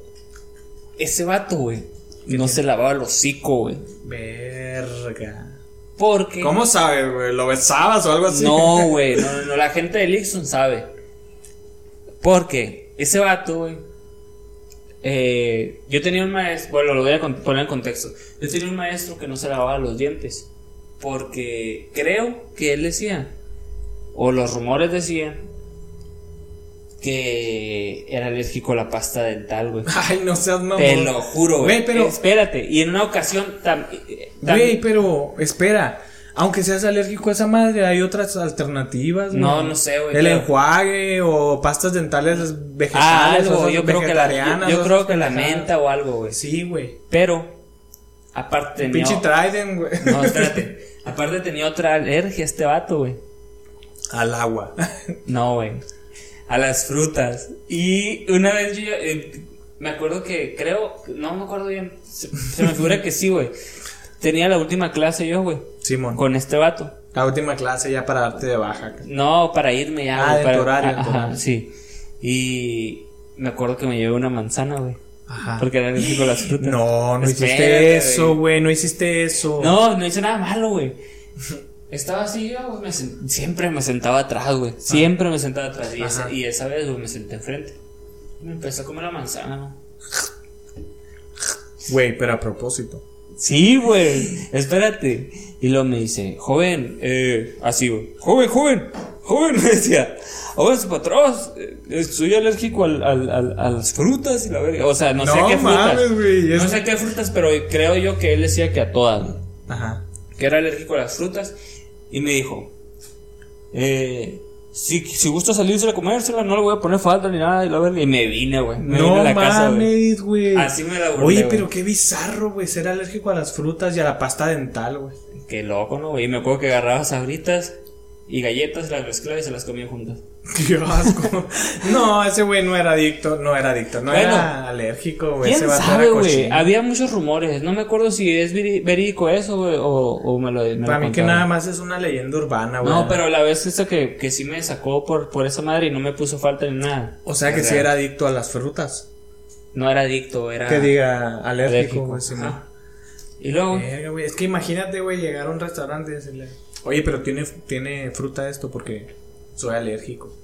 [SPEAKER 2] Ese vato, güey. No se lavaba el hocico, güey.
[SPEAKER 1] Verga.
[SPEAKER 2] Porque.
[SPEAKER 1] ¿Cómo sabes, güey? ¿Lo besabas o algo así?
[SPEAKER 2] No, güey. No, no, no, la gente de Lixon sabe. Porque ese vato, güey. eh, yo tenía un maestro. Bueno, lo voy a con- poner en contexto. Yo tenía un maestro que no se lavaba los dientes. Porque creo que él decía. O los rumores decían. Que era alérgico a la pasta dental, güey.
[SPEAKER 1] Ay, Ah, no seas mamón.
[SPEAKER 2] Te lo juro, güey.
[SPEAKER 1] Güey, pero,
[SPEAKER 2] Espérate. Y en una ocasión tam- eh, tam-
[SPEAKER 1] güey, pero, espera. Aunque seas alérgico a esa madre, hay otras alternativas.
[SPEAKER 2] No, no sé, güey,
[SPEAKER 1] El
[SPEAKER 2] pero-
[SPEAKER 1] enjuague o pastas dentales
[SPEAKER 2] Ah,
[SPEAKER 1] vegetales. o
[SPEAKER 2] algo,
[SPEAKER 1] esas
[SPEAKER 2] yo creo que la, yo-
[SPEAKER 1] vegetarianas,
[SPEAKER 2] yo
[SPEAKER 1] o
[SPEAKER 2] creo
[SPEAKER 1] esas
[SPEAKER 2] que la
[SPEAKER 1] pendejadas.
[SPEAKER 2] menta o algo, güey.
[SPEAKER 1] Sí, güey.
[SPEAKER 2] Pero, aparte tenía.
[SPEAKER 1] Pinche Trident, güey.
[SPEAKER 2] no, espérate. Aparte tenía otra alergia este vato, güey.
[SPEAKER 1] Al agua.
[SPEAKER 2] No, güey. A las frutas. Y una vez yo. eh, me acuerdo que creo. No me acuerdo bien. Se, se me figura que sí, güey. Tenía la última clase yo, güey.
[SPEAKER 1] Simón.
[SPEAKER 2] Con este vato.
[SPEAKER 1] La última clase ya para darte de baja.
[SPEAKER 2] No, para irme ya.
[SPEAKER 1] Ah,
[SPEAKER 2] güey,
[SPEAKER 1] de
[SPEAKER 2] para,
[SPEAKER 1] tu horario, de tu
[SPEAKER 2] ajá,
[SPEAKER 1] horario.
[SPEAKER 2] sí. Y me acuerdo que me llevé una manzana, güey.
[SPEAKER 1] Ajá.
[SPEAKER 2] Porque era alérgico a las frutas.
[SPEAKER 1] Ah. No, no
[SPEAKER 2] Espérate,
[SPEAKER 1] hiciste eso, güey. No hiciste eso.
[SPEAKER 2] No, no hice nada malo, güey. Estaba así, yo güey, me sen- siempre me sentaba atrás, güey. Siempre me sentaba atrás. Y esa,
[SPEAKER 1] Ajá.
[SPEAKER 2] y esa vez, güey, me senté enfrente. Me empezó a comer la manzana, ¿no?
[SPEAKER 1] Güey, pero a propósito.
[SPEAKER 2] Sí, güey. Espérate. Y luego me dice, joven, eh, así, güey. Joven, joven, joven, me decía. Joven, su patrón, eh, soy alérgico al, al- al- a las frutas y la verga. O sea, no, sé
[SPEAKER 1] No
[SPEAKER 2] qué frutas.
[SPEAKER 1] mames, güey, es-
[SPEAKER 2] No sé qué frutas, pero creo yo que él decía que a todas, güey.
[SPEAKER 1] Ajá.
[SPEAKER 2] que era alérgico a las frutas, y me dijo, eh, si, si gusta salirse a comérsela, no le voy a poner falta ni nada, y, la verga. y me vine, güey. Me vine
[SPEAKER 1] No
[SPEAKER 2] a la casa, güey.
[SPEAKER 1] mames, güey.
[SPEAKER 2] Así me la burlé,
[SPEAKER 1] Oye,
[SPEAKER 2] güey.
[SPEAKER 1] pero qué bizarro, güey. Ser alérgico a las frutas y a la pasta dental, güey.
[SPEAKER 2] Qué loco, ¿no, güey? Y me acuerdo que agarraba sabritas y galletas, las mezclaba y se las comía juntas.
[SPEAKER 1] Qué asco. no, ese güey no era adicto. No era adicto. No
[SPEAKER 2] Bueno.
[SPEAKER 1] era alérgico, güey. Pues Ese
[SPEAKER 2] ¿Quién
[SPEAKER 1] vato
[SPEAKER 2] sabe,
[SPEAKER 1] era
[SPEAKER 2] güey?
[SPEAKER 1] cochino.
[SPEAKER 2] Había muchos rumores. No me acuerdo si es veri- verídico eso, güey, o, o me lo me lo
[SPEAKER 1] Para mí que
[SPEAKER 2] contaron.
[SPEAKER 1] nada más es una leyenda urbana, güey.
[SPEAKER 2] No, pero la vez esa que, que sí me sacó por, por esa madre y no me puso falta ni nada.
[SPEAKER 1] O sea que sí era adicto a las frutas.
[SPEAKER 2] No era adicto, era...
[SPEAKER 1] Que diga Eh, alérgico,
[SPEAKER 2] Ah. alérgico,
[SPEAKER 1] güey. sí,
[SPEAKER 2] ajá.
[SPEAKER 1] no.
[SPEAKER 2] Y luego...
[SPEAKER 1] Verga, güey, Es que imagínate, güey, llegar a un restaurante y decirle, oye, pero tiene, tiene fruta esto porque soy alérgico.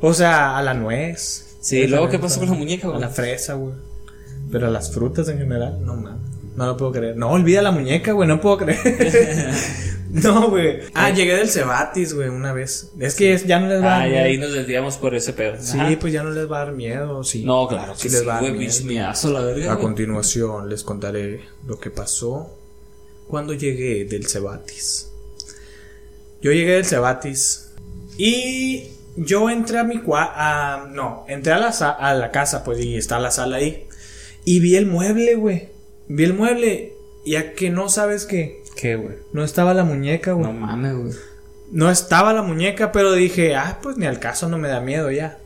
[SPEAKER 1] O sea, a la nuez.
[SPEAKER 2] Sí, luego, ¿qué pasó con la muñeca,
[SPEAKER 1] A
[SPEAKER 2] güey?
[SPEAKER 1] la fresa, güey. Pero a las frutas en general, no mames. No lo puedo creer. No, olvida la muñeca, güey, no puedo creer. no, güey. Ah, llegué del Cebatis, güey, una vez. Es que es- ya no les va a
[SPEAKER 2] Ah,
[SPEAKER 1] dar
[SPEAKER 2] y ahí
[SPEAKER 1] miedo.
[SPEAKER 2] nos desviamos por ese pedo.
[SPEAKER 1] Sí,
[SPEAKER 2] Ajá.
[SPEAKER 1] pues ya no les va a dar miedo, sí.
[SPEAKER 2] No, claro que
[SPEAKER 1] Sí
[SPEAKER 2] sí,
[SPEAKER 1] les va a dar
[SPEAKER 2] güey,
[SPEAKER 1] miedo.
[SPEAKER 2] pinche miedazo, la verga.
[SPEAKER 1] A
[SPEAKER 2] güey.
[SPEAKER 1] continuación les contaré lo que pasó cuando llegué del Cebatis. Yo llegué del Cebatis y yo entré a mi cuarto. No, entré a la, sa- a la casa, pues, y está la sala ahí. Y vi el mueble, güey. Vi el mueble. Y a que no sabes que
[SPEAKER 2] ¿Qué, güey?
[SPEAKER 1] no estaba la muñeca, güey.
[SPEAKER 2] No mames, güey.
[SPEAKER 1] No estaba la muñeca, pero dije, ah, pues ni al caso no me da miedo ya.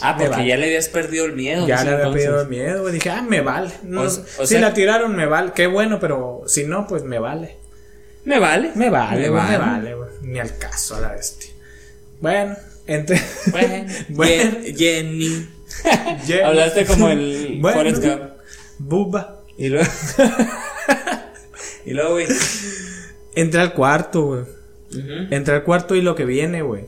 [SPEAKER 2] Ah,
[SPEAKER 1] Me
[SPEAKER 2] porque
[SPEAKER 1] vale.
[SPEAKER 2] ya le habías perdido el miedo.
[SPEAKER 1] Ya
[SPEAKER 2] ¿sí,
[SPEAKER 1] le había
[SPEAKER 2] entonces?
[SPEAKER 1] pedido miedo, güey. Dije, ah, me vale. No,
[SPEAKER 2] O- o
[SPEAKER 1] si
[SPEAKER 2] sea-
[SPEAKER 1] la tiraron, me vale. Qué bueno, pero si no, pues me vale.
[SPEAKER 2] Me vale.
[SPEAKER 1] Me vale, güey, me
[SPEAKER 2] vale.
[SPEAKER 1] vale, güey. Ni al caso a la bestia. Bueno, entre.
[SPEAKER 2] Bueno,
[SPEAKER 1] Bueno.
[SPEAKER 2] Ye- Jenny.
[SPEAKER 1] Ye-
[SPEAKER 2] Hablaste como el
[SPEAKER 1] Bueno.
[SPEAKER 2] Forrest Gump.
[SPEAKER 1] Buba.
[SPEAKER 2] Y luego. y luego, güey.
[SPEAKER 1] Entré al cuarto, güey.
[SPEAKER 2] Ujú.
[SPEAKER 1] Entré al cuarto y lo que viene, güey.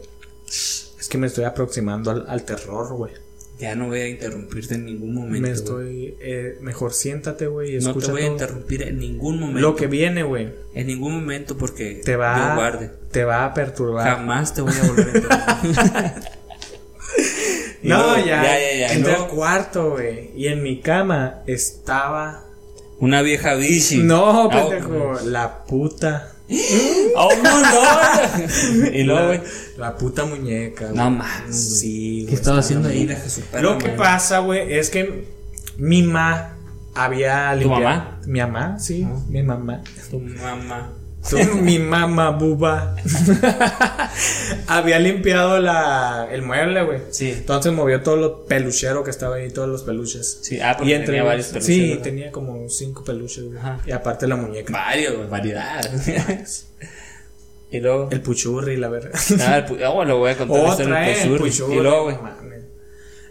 [SPEAKER 1] Es que me estoy aproximando al, al terror, güey.
[SPEAKER 2] Ya no voy a interrumpirte en ningún momento.
[SPEAKER 1] Me
[SPEAKER 2] güey.
[SPEAKER 1] estoy. eh, mejor siéntate, güey, y
[SPEAKER 2] No te
[SPEAKER 1] escucha
[SPEAKER 2] voy a
[SPEAKER 1] todo.
[SPEAKER 2] interrumpir en ningún momento.
[SPEAKER 1] Lo que viene, güey.
[SPEAKER 2] En ningún momento porque
[SPEAKER 1] Te
[SPEAKER 2] Dios
[SPEAKER 1] va,
[SPEAKER 2] guarde.
[SPEAKER 1] te va a perturbar.
[SPEAKER 2] Jamás te voy a volver a interrumpir. Y
[SPEAKER 1] No,
[SPEAKER 2] luego,
[SPEAKER 1] ya.
[SPEAKER 2] ya, ya, ya,
[SPEAKER 1] Entré
[SPEAKER 2] ¿no?
[SPEAKER 1] al cuarto, güey. Y en mi cama estaba.
[SPEAKER 2] Una vieja bici.
[SPEAKER 1] No,
[SPEAKER 2] Ah,
[SPEAKER 1] pendejo. La puta.
[SPEAKER 2] ¡Oh, no! y luego, güey.
[SPEAKER 1] la, la puta muñeca. güey.
[SPEAKER 2] No mames.
[SPEAKER 1] Sí,
[SPEAKER 2] ¿Qué
[SPEAKER 1] güey.
[SPEAKER 2] estaba haciendo ahí la Jesús?
[SPEAKER 1] Lo que pasa, güey, es que mi mamá había limpiado.
[SPEAKER 2] mamá?
[SPEAKER 1] Mi mamá, Ah. sí. Mi mamá.
[SPEAKER 2] Tu mamá.
[SPEAKER 1] Tú, mi mamá buba. había limpiado la, el mueble, güey.
[SPEAKER 2] Sí.
[SPEAKER 1] Entonces movió todo lo peluchero que estaba ahí, todos los peluches.
[SPEAKER 2] Sí, ah, porque
[SPEAKER 1] Y
[SPEAKER 2] tenía varios
[SPEAKER 1] ellos-
[SPEAKER 2] peluches.
[SPEAKER 1] Sí,
[SPEAKER 2] ¿verdad?
[SPEAKER 1] tenía como cinco peluches, güey.
[SPEAKER 2] Ajá.
[SPEAKER 1] Y aparte la muñeca.
[SPEAKER 2] Varios, güey, variedad. y luego.
[SPEAKER 1] El puchurri, la verdad.
[SPEAKER 2] Ah, el pu- ah, bueno, lo voy a contar. la historia
[SPEAKER 1] Otra,
[SPEAKER 2] del
[SPEAKER 1] eh, el
[SPEAKER 2] puchurri.
[SPEAKER 1] puchurri.
[SPEAKER 2] Y luego, güey.
[SPEAKER 1] no mames.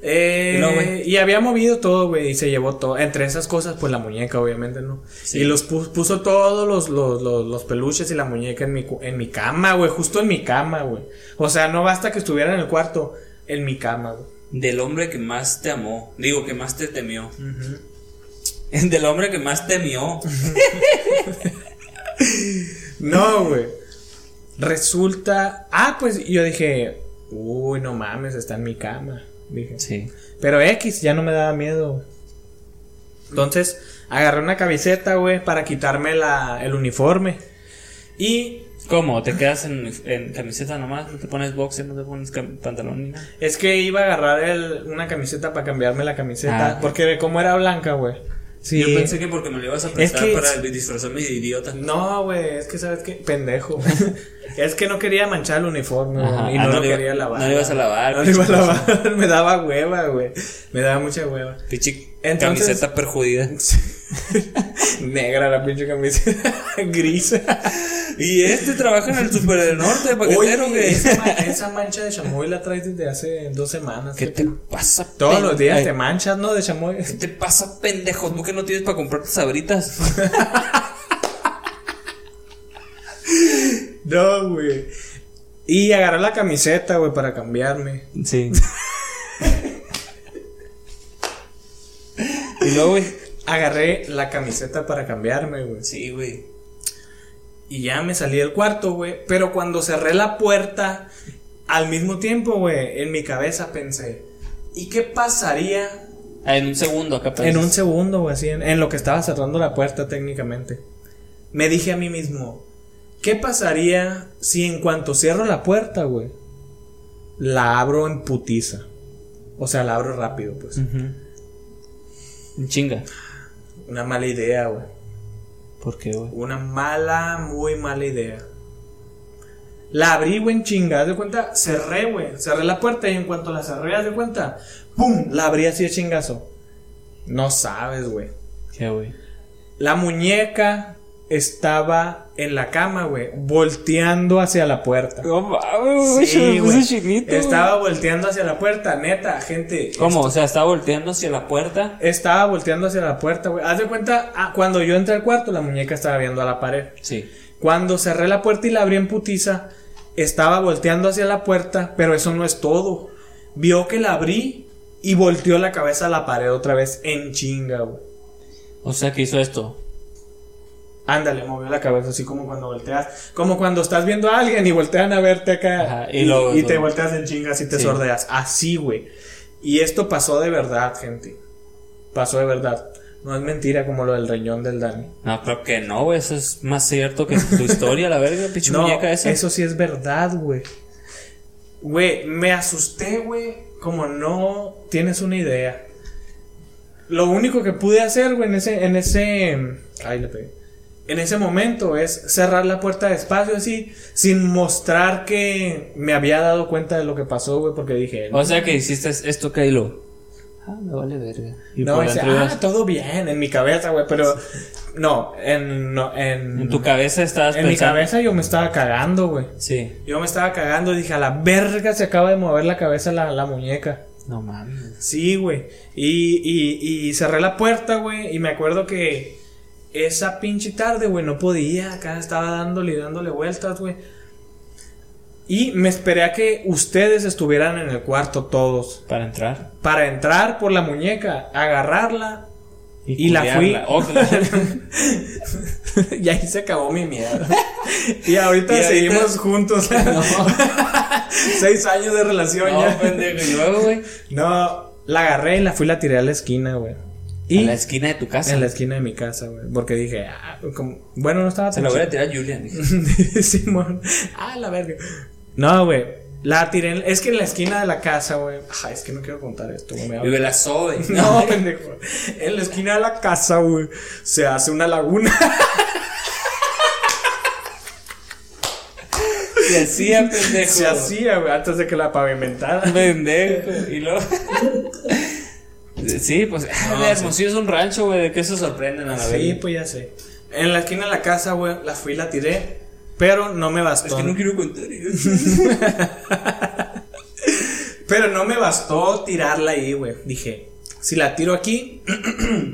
[SPEAKER 1] Eh,
[SPEAKER 2] Y no, güey.
[SPEAKER 1] y había movido todo, güey, y se llevó todo. Entre esas cosas, pues la muñeca, obviamente, ¿no?
[SPEAKER 2] Sí.
[SPEAKER 1] Y los pu- puso todos los, los, los- los peluches y la muñeca en mi, cu- en mi cama, güey, justo en mi cama, güey. O sea, no basta que estuviera en el cuarto, en mi cama, güey.
[SPEAKER 2] Del hombre que más te amó. Digo, que más te temió. Del hombre que más temió.
[SPEAKER 1] No, güey. Resulta. Ah, pues yo dije, uy, no mames, está en mi cama. Dije.
[SPEAKER 2] Sí.
[SPEAKER 1] Pero X ya no me daba miedo. güey. Entonces, agarré una camiseta, güey, para quitarme la, el uniforme. Y
[SPEAKER 2] ¿Cómo? ¿Te quedas en, en camiseta nomás? ¿No te pones boxer? ¿No te pones cam- pantalón ni nada?
[SPEAKER 1] es que iba a agarrar el- una camiseta para cambiarme la camiseta.
[SPEAKER 2] Ah.
[SPEAKER 1] Porque como era blanca, güey. Sí.
[SPEAKER 2] Yo pensé que porque me lo ibas a prestar
[SPEAKER 1] que-
[SPEAKER 2] para disfrazarme de idiota.
[SPEAKER 1] No, güey, es que sabes qué, pendejo. es que no quería manchar el uniforme güey,
[SPEAKER 2] Ajá.
[SPEAKER 1] y
[SPEAKER 2] Ah,
[SPEAKER 1] no, lo
[SPEAKER 2] le iba-
[SPEAKER 1] quería lavar.
[SPEAKER 2] No lo ibas a lavar.
[SPEAKER 1] No lo iba a lavar, me daba hueva, güey. Me daba mucha hueva.
[SPEAKER 2] Pichi,
[SPEAKER 1] Entonces-
[SPEAKER 2] camiseta perjudida.
[SPEAKER 1] Negra la pinche camiseta, gris.
[SPEAKER 2] Y este trabaja en el Super del Norte, paquetero,
[SPEAKER 1] Oye,
[SPEAKER 2] que.
[SPEAKER 1] esa, ma- esa mancha de chamoy la traes desde hace dos semanas.
[SPEAKER 2] ¿Qué te pasa?
[SPEAKER 1] Todos
[SPEAKER 2] pen-
[SPEAKER 1] los días
[SPEAKER 2] Ay,
[SPEAKER 1] te manchas, ¿no? De chamoy.
[SPEAKER 2] ¿Qué te pasa, pendejo? ¿Tú que no tienes para comprarte sabritas?
[SPEAKER 1] No, güey. Y agarré la camiseta, güey, para cambiarme.
[SPEAKER 2] Sí. y luego, güey.
[SPEAKER 1] Agarré la camiseta para cambiarme, güey.
[SPEAKER 2] Sí, güey.
[SPEAKER 1] Y ya me salí del cuarto, güey. Pero cuando cerré la puerta, al mismo tiempo, güey, en mi cabeza pensé, ¿y qué pasaría
[SPEAKER 2] Ah, en un segundo acá
[SPEAKER 1] En un
[SPEAKER 2] pensas.
[SPEAKER 1] segundo, güey, así, en, en lo que estaba cerrando la puerta técnicamente. Me dije a mí mismo, ¿qué pasaría si en cuanto cierro la puerta, güey, la abro en putiza? O sea, la abro rápido,
[SPEAKER 2] Mm.
[SPEAKER 1] pues.
[SPEAKER 2] Ujú. En Chinga.
[SPEAKER 1] Una mala idea, güey.
[SPEAKER 2] ¿Por qué, güey?
[SPEAKER 1] Una mala, muy mala idea. La abrí, güey, en chinga, haz de cuenta, cerré, güey, cerré la puerta y en cuanto la cerré, haz de cuenta, ¡pum! La abrí así de chingazo. No sabes, güey.
[SPEAKER 2] ¿Qué, güey?
[SPEAKER 1] La muñeca estaba en la cama, güey, volteando hacia la puerta.
[SPEAKER 2] No mames, güey.
[SPEAKER 1] Sí,
[SPEAKER 2] se me puso
[SPEAKER 1] güey.
[SPEAKER 2] chinito, güey.
[SPEAKER 1] Estaba volteando hacia la puerta, neta, gente.
[SPEAKER 2] ¿Cómo? O sea, está volteando hacia la puerta.
[SPEAKER 1] Estaba volteando hacia la puerta, güey. Haz de cuenta, ah, cuando yo entré al cuarto, la muñeca estaba viendo a la pared.
[SPEAKER 2] Sí.
[SPEAKER 1] Cuando cerré la puerta y la abrí en putiza, estaba volteando hacia la puerta, pero eso no es todo. Vio que la abrí y volteó la cabeza a la pared otra vez en chinga, güey.
[SPEAKER 2] O sea, que hizo esto.
[SPEAKER 1] Ándale, movió la cabeza así como cuando volteas, como cuando estás viendo a alguien y voltean a verte acá
[SPEAKER 2] Ajá, y luego-
[SPEAKER 1] te volteas en chingas y te
[SPEAKER 2] Sí.
[SPEAKER 1] sordeas, así, güey. Y esto pasó de verdad, gente. Pasó de verdad. No es mentira como lo del riñón del Dani.
[SPEAKER 2] No, creo que no, güey. Eso es más cierto que tu historia, la verga, pinche
[SPEAKER 1] No,
[SPEAKER 2] muñeca esa.
[SPEAKER 1] eso sí es verdad, güey. Güey, me asusté, güey, como no tienes una idea. Lo único que pude hacer, güey, en ese, en ese, ay, le pegué. En ese momento es cerrar la puerta despacio así, sin mostrar que me había dado cuenta de lo que pasó, güey, porque dije,
[SPEAKER 2] O sea, que hiciste esto, Kylo. Ah, me vale verga. Y
[SPEAKER 1] no,
[SPEAKER 2] por
[SPEAKER 1] dice,
[SPEAKER 2] dentro
[SPEAKER 1] "Ah,
[SPEAKER 2] ibas-
[SPEAKER 1] todo bien, en mi cabeza, güey, pero no, en, no, en,
[SPEAKER 2] En tu cabeza estabas
[SPEAKER 1] mm, en mi
[SPEAKER 2] pensando.
[SPEAKER 1] cabeza yo me estaba cagando, güey.
[SPEAKER 2] Sí.
[SPEAKER 1] Yo me estaba cagando y dije, a la verga se acaba de mover la cabeza la, la muñeca.
[SPEAKER 2] No mames.
[SPEAKER 1] Sí, güey. Y, y, y cerré la puerta, güey. Y me acuerdo que esa pinche tarde, güey, no podía. Acá estaba dándole y dándole vueltas, güey. Y me esperé a que ustedes estuvieran en el cuarto todos.
[SPEAKER 2] Para entrar.
[SPEAKER 1] Para entrar por la muñeca, agarrarla. Y la fui.
[SPEAKER 2] culiarla. Oh, claro.
[SPEAKER 1] y ahí se acabó mi miedo. y ahorita
[SPEAKER 2] Y ahorita-
[SPEAKER 1] seguimos juntos. Seis años de relación ya.
[SPEAKER 2] no, pendejo. Y luego, güey.
[SPEAKER 1] No, la agarré y la fui y la tiré a la esquina, güey. Y
[SPEAKER 2] A la esquina de tu casa.
[SPEAKER 1] en la esquina de mi casa, güey. Porque dije, ah, como- bueno, no estaba
[SPEAKER 2] Se
[SPEAKER 1] tan
[SPEAKER 2] la voy a
[SPEAKER 1] chica.
[SPEAKER 2] tirar a Julian. dije.
[SPEAKER 1] Simón. Ah, la verga. No, güey. La tiré. en- Es que en la esquina de la casa, güey. Ajá, es que no quiero contar esto, güey. me da-
[SPEAKER 2] Y me la sobe.
[SPEAKER 1] No, pendejo. En la esquina de la casa, güey. Se hace una laguna.
[SPEAKER 2] Se hacía, pendejo.
[SPEAKER 1] Se hacía, güey, antes de que la pavimentara.
[SPEAKER 2] Pendejo. Y luego. Sí, pues. ah,
[SPEAKER 1] No,
[SPEAKER 2] de Hermosillo es un rancho, güey. ¿De qué se sorprenden a la
[SPEAKER 1] Sí,
[SPEAKER 2] verga?
[SPEAKER 1] pues ya sé. En la esquina de la casa, güey, la fui y la tiré. Pero no me bastó.
[SPEAKER 2] ¿eh? Es que no quiero contar.
[SPEAKER 1] Pero no me bastó tirarla ahí, güey. Dije, si la tiro aquí,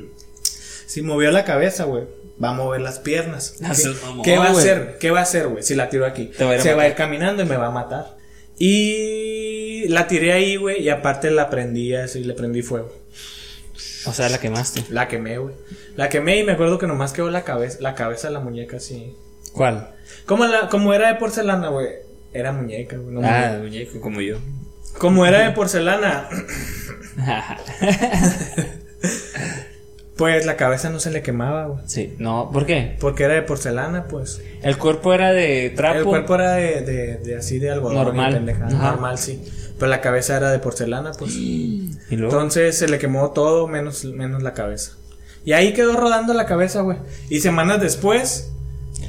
[SPEAKER 1] si movió la cabeza, güey, va a mover las piernas.
[SPEAKER 2] No
[SPEAKER 1] ¿Qué,
[SPEAKER 2] seas mamón,
[SPEAKER 1] qué va a
[SPEAKER 2] Ah, güey.
[SPEAKER 1] hacer? ¿Qué va a hacer, güey? Si la tiro aquí.
[SPEAKER 2] Te va a ir a
[SPEAKER 1] Se va a
[SPEAKER 2] matar.
[SPEAKER 1] ir caminando y me va a matar. Y la tiré ahí, güey, y aparte la prendí así, le prendí fuego.
[SPEAKER 2] O sea, la quemaste.
[SPEAKER 1] La quemé, güey. La quemé y me acuerdo que nomás quedó la cabeza, la cabeza de la muñeca así.
[SPEAKER 2] ¿Cuál?
[SPEAKER 1] Como, la, como era de porcelana, güey. Era muñeca, güey. no
[SPEAKER 2] Ah,
[SPEAKER 1] muñeca.
[SPEAKER 2] muñeco, como yo.
[SPEAKER 1] Como era de porcelana, pues la cabeza no se le quemaba, güey.
[SPEAKER 2] sí, no, ¿por qué?
[SPEAKER 1] Porque era de porcelana, pues.
[SPEAKER 2] El cuerpo era de trapo.
[SPEAKER 1] El cuerpo era de, de- de así de algodón.
[SPEAKER 2] Normal.
[SPEAKER 1] y pendejada,
[SPEAKER 2] Ajá.
[SPEAKER 1] Normal, sí. Pero la cabeza era de porcelana, pues.
[SPEAKER 2] Y luego.
[SPEAKER 1] Entonces se le quemó todo menos, menos la cabeza. Y ahí quedó rodando la cabeza, güey. Y semanas después,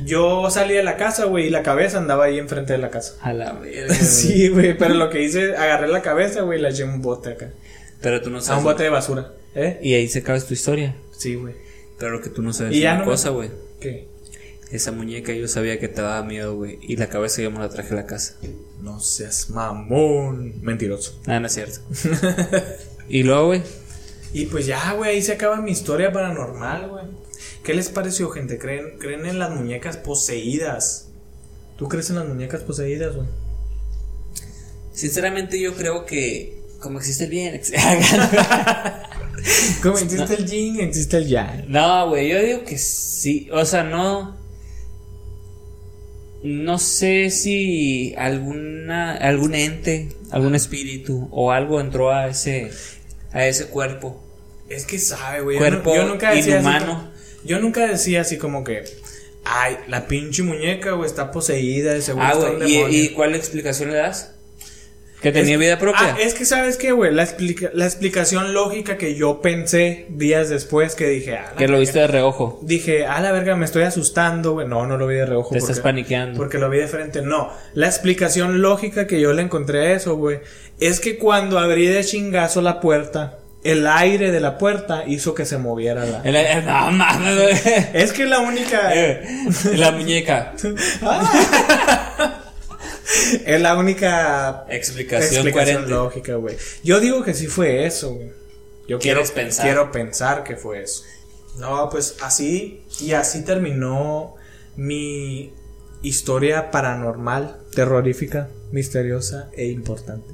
[SPEAKER 1] yo salí de la casa, güey, y la cabeza andaba ahí enfrente de la casa.
[SPEAKER 2] A la verga. güey.
[SPEAKER 1] Sí, güey, pero lo que hice, agarré la cabeza, güey, y la eché a un bote acá.
[SPEAKER 2] Pero tú no
[SPEAKER 1] A
[SPEAKER 2] sabes.
[SPEAKER 1] un bote de basura. ¿Eh?
[SPEAKER 2] Y ahí se acaba tu historia.
[SPEAKER 1] Sí, güey.
[SPEAKER 2] Pero lo que tú no sabes
[SPEAKER 1] Y
[SPEAKER 2] es
[SPEAKER 1] ya
[SPEAKER 2] una
[SPEAKER 1] no me-
[SPEAKER 2] cosa, güey.
[SPEAKER 1] ¿Qué?
[SPEAKER 2] Esa muñeca yo sabía que te daba miedo, güey. Y la cabeza yo me la traje a la casa.
[SPEAKER 1] No seas mamón. Mentiroso.
[SPEAKER 2] Nada, no es cierto. y luego, güey.
[SPEAKER 1] Y pues ya, güey, ahí se acaba mi historia paranormal, güey. ¿Qué les pareció, gente? ¿Creen, ¿Creen en las muñecas poseídas? ¿Tú crees en las muñecas poseídas, güey?
[SPEAKER 2] Sinceramente yo creo que como existe el bien. ex-
[SPEAKER 1] Como existe el yin, existe el yang.
[SPEAKER 2] no, güey, yo digo que sí. O sea, no. No sé si alguna algún ente, algún espíritu o algo entró a ese a ese cuerpo.
[SPEAKER 1] Es que sabe, güey.
[SPEAKER 2] Cuerpo
[SPEAKER 1] yo, nu- yo nunca decía así
[SPEAKER 2] inhumano.
[SPEAKER 1] como- yo nunca decía así como que, ay, la pinche muñeca, güey, está poseída, de seguro
[SPEAKER 2] Ah,
[SPEAKER 1] está un
[SPEAKER 2] güey, ¿y-
[SPEAKER 1] demonio".
[SPEAKER 2] ¿y, cuál explicación le das? Que tenía
[SPEAKER 1] Es-
[SPEAKER 2] vida propia.
[SPEAKER 1] Ah, es que sabes qué, güey, la, explica- la explicación lógica que yo pensé días después que dije, ah, la
[SPEAKER 2] que lo
[SPEAKER 1] verga.
[SPEAKER 2] viste de reojo.
[SPEAKER 1] Dije, a la verga, me estoy asustando, güey. No, no lo vi de reojo.
[SPEAKER 2] Te estás paniqueando.
[SPEAKER 1] Porque lo vi de frente. No, la explicación lógica que yo le encontré a eso, güey, es que cuando abrí de chingazo la puerta, el aire de la puerta hizo que se moviera la.
[SPEAKER 2] El- el- no mames, güey.
[SPEAKER 1] Es que la única.
[SPEAKER 2] Eh, La muñeca.
[SPEAKER 1] es la única
[SPEAKER 2] Explicación,
[SPEAKER 1] explicación
[SPEAKER 2] 40.
[SPEAKER 1] lógica, güey. Yo digo que sí fue eso, güey. Yo quiero
[SPEAKER 2] ¿Quieres pensar?
[SPEAKER 1] quiero pensar que fue eso. No, pues así y así terminó mi historia paranormal, terrorífica, misteriosa e importante.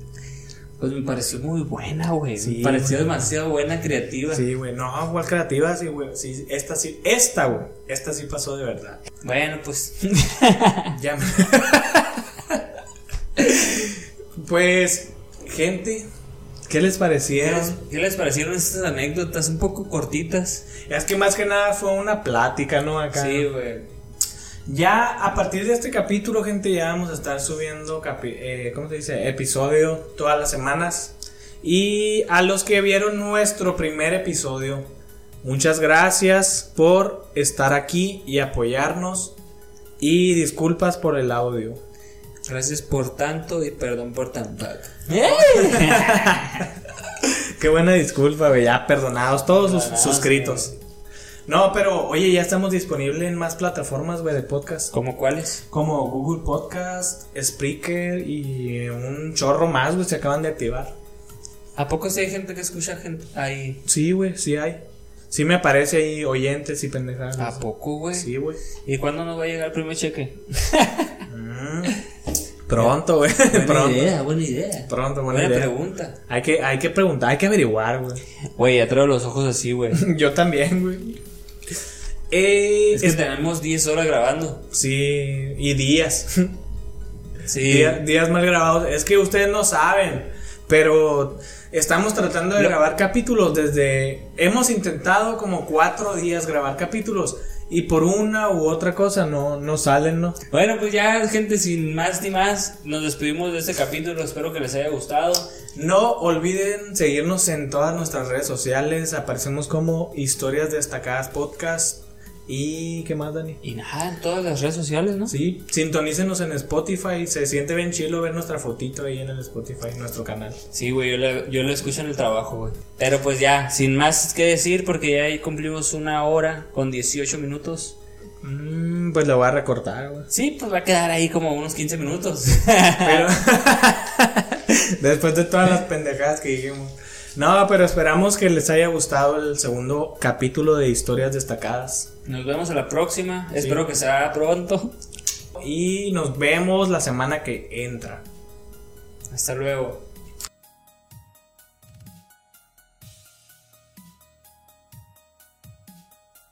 [SPEAKER 2] Pues me pareció muy buena, güey.
[SPEAKER 1] Sí,
[SPEAKER 2] me pareció
[SPEAKER 1] güey.
[SPEAKER 2] demasiado buena, creativa.
[SPEAKER 1] Sí, güey, no, igual creativa, sí, güey. Sí, esta sí, esta, güey. Esta sí pasó de verdad.
[SPEAKER 2] Bueno, pues.
[SPEAKER 1] Ya me- pues, gente, ¿qué les
[SPEAKER 2] ¿Qué
[SPEAKER 1] parecieron?
[SPEAKER 2] les, qué les parecieron estas anécdotas un poco cortitas?
[SPEAKER 1] Es que más que nada fue una plática, ¿no? Acá.
[SPEAKER 2] Sí, güey.
[SPEAKER 1] Ya a partir de este capítulo, gente, ya vamos a estar subiendo, capi- eh, ¿cómo se dice? Episodio todas las semanas. Y a los que vieron nuestro primer episodio, muchas gracias por estar aquí y apoyarnos. Y disculpas por el audio.
[SPEAKER 2] Gracias por tanto y perdón por tanto.
[SPEAKER 1] Qué buena disculpa, güey. Ya perdonados todos sus
[SPEAKER 2] Perdonados,
[SPEAKER 1] suscritos. No, pero oye, ya estamos disponibles en más plataformas, güey, de podcast.
[SPEAKER 2] ¿Cómo cuáles?
[SPEAKER 1] Como Google Podcast, Spreaker y un chorro más, güey, se acaban de activar.
[SPEAKER 2] ¿A poco sí hay gente que escucha gente ahí?
[SPEAKER 1] Sí, güey, sí hay. Sí me aparece ahí oyentes y pendejadas.
[SPEAKER 2] ¿A poco, güey?
[SPEAKER 1] Sí, güey.
[SPEAKER 2] ¿Y cuándo nos va a llegar el primer cheque?
[SPEAKER 1] Pronto, güey. Pronto.
[SPEAKER 2] buena idea.
[SPEAKER 1] Pronto, buena
[SPEAKER 2] Buena,
[SPEAKER 1] idea.
[SPEAKER 2] pregunta.
[SPEAKER 1] Hay que, hay que preguntar, hay que averiguar, güey.
[SPEAKER 2] Güey, ya traigo los ojos así, güey.
[SPEAKER 1] Yo también, güey. Eh,
[SPEAKER 2] Es que
[SPEAKER 1] es-
[SPEAKER 2] tenemos 10 horas grabando.
[SPEAKER 1] sí, y días.
[SPEAKER 2] Sí.
[SPEAKER 1] Día- días mal grabados. Es que ustedes no saben, pero estamos tratando de
[SPEAKER 2] Lo-
[SPEAKER 1] grabar capítulos desde... Hemos intentado como cuatro días grabar capítulos y por una u otra cosa no, no salen, ¿no?
[SPEAKER 2] Bueno, pues ya, gente, sin más ni más, nos despedimos de este capítulo. Espero que les haya gustado.
[SPEAKER 1] No olviden seguirnos en todas nuestras redes sociales. Aparecemos como Historias Destacadas Podcast. ¿Y qué más, Dani?
[SPEAKER 2] Y nada, en todas las redes sociales, ¿no?
[SPEAKER 1] Sí, sintonícenos en Spotify. Se siente bien chilo ver nuestra fotito ahí en el Spotify, nuestro canal.
[SPEAKER 2] Sí, güey, yo la, yo la escucho en el trabajo, güey. Pero pues ya, sin más que decir, porque ya ahí cumplimos una hora con 18 minutos.
[SPEAKER 1] Mm, pues lo voy a recortar, güey.
[SPEAKER 2] Sí, pues va a quedar ahí como unos 15 minutos.
[SPEAKER 1] Pero Después de todas las pendejadas que dijimos. No, pero esperamos que les haya gustado el segundo capítulo de Historias Destacadas.
[SPEAKER 2] Nos vemos a la próxima. Espero que sea pronto.
[SPEAKER 1] Y nos vemos la semana que entra.
[SPEAKER 2] Hasta luego.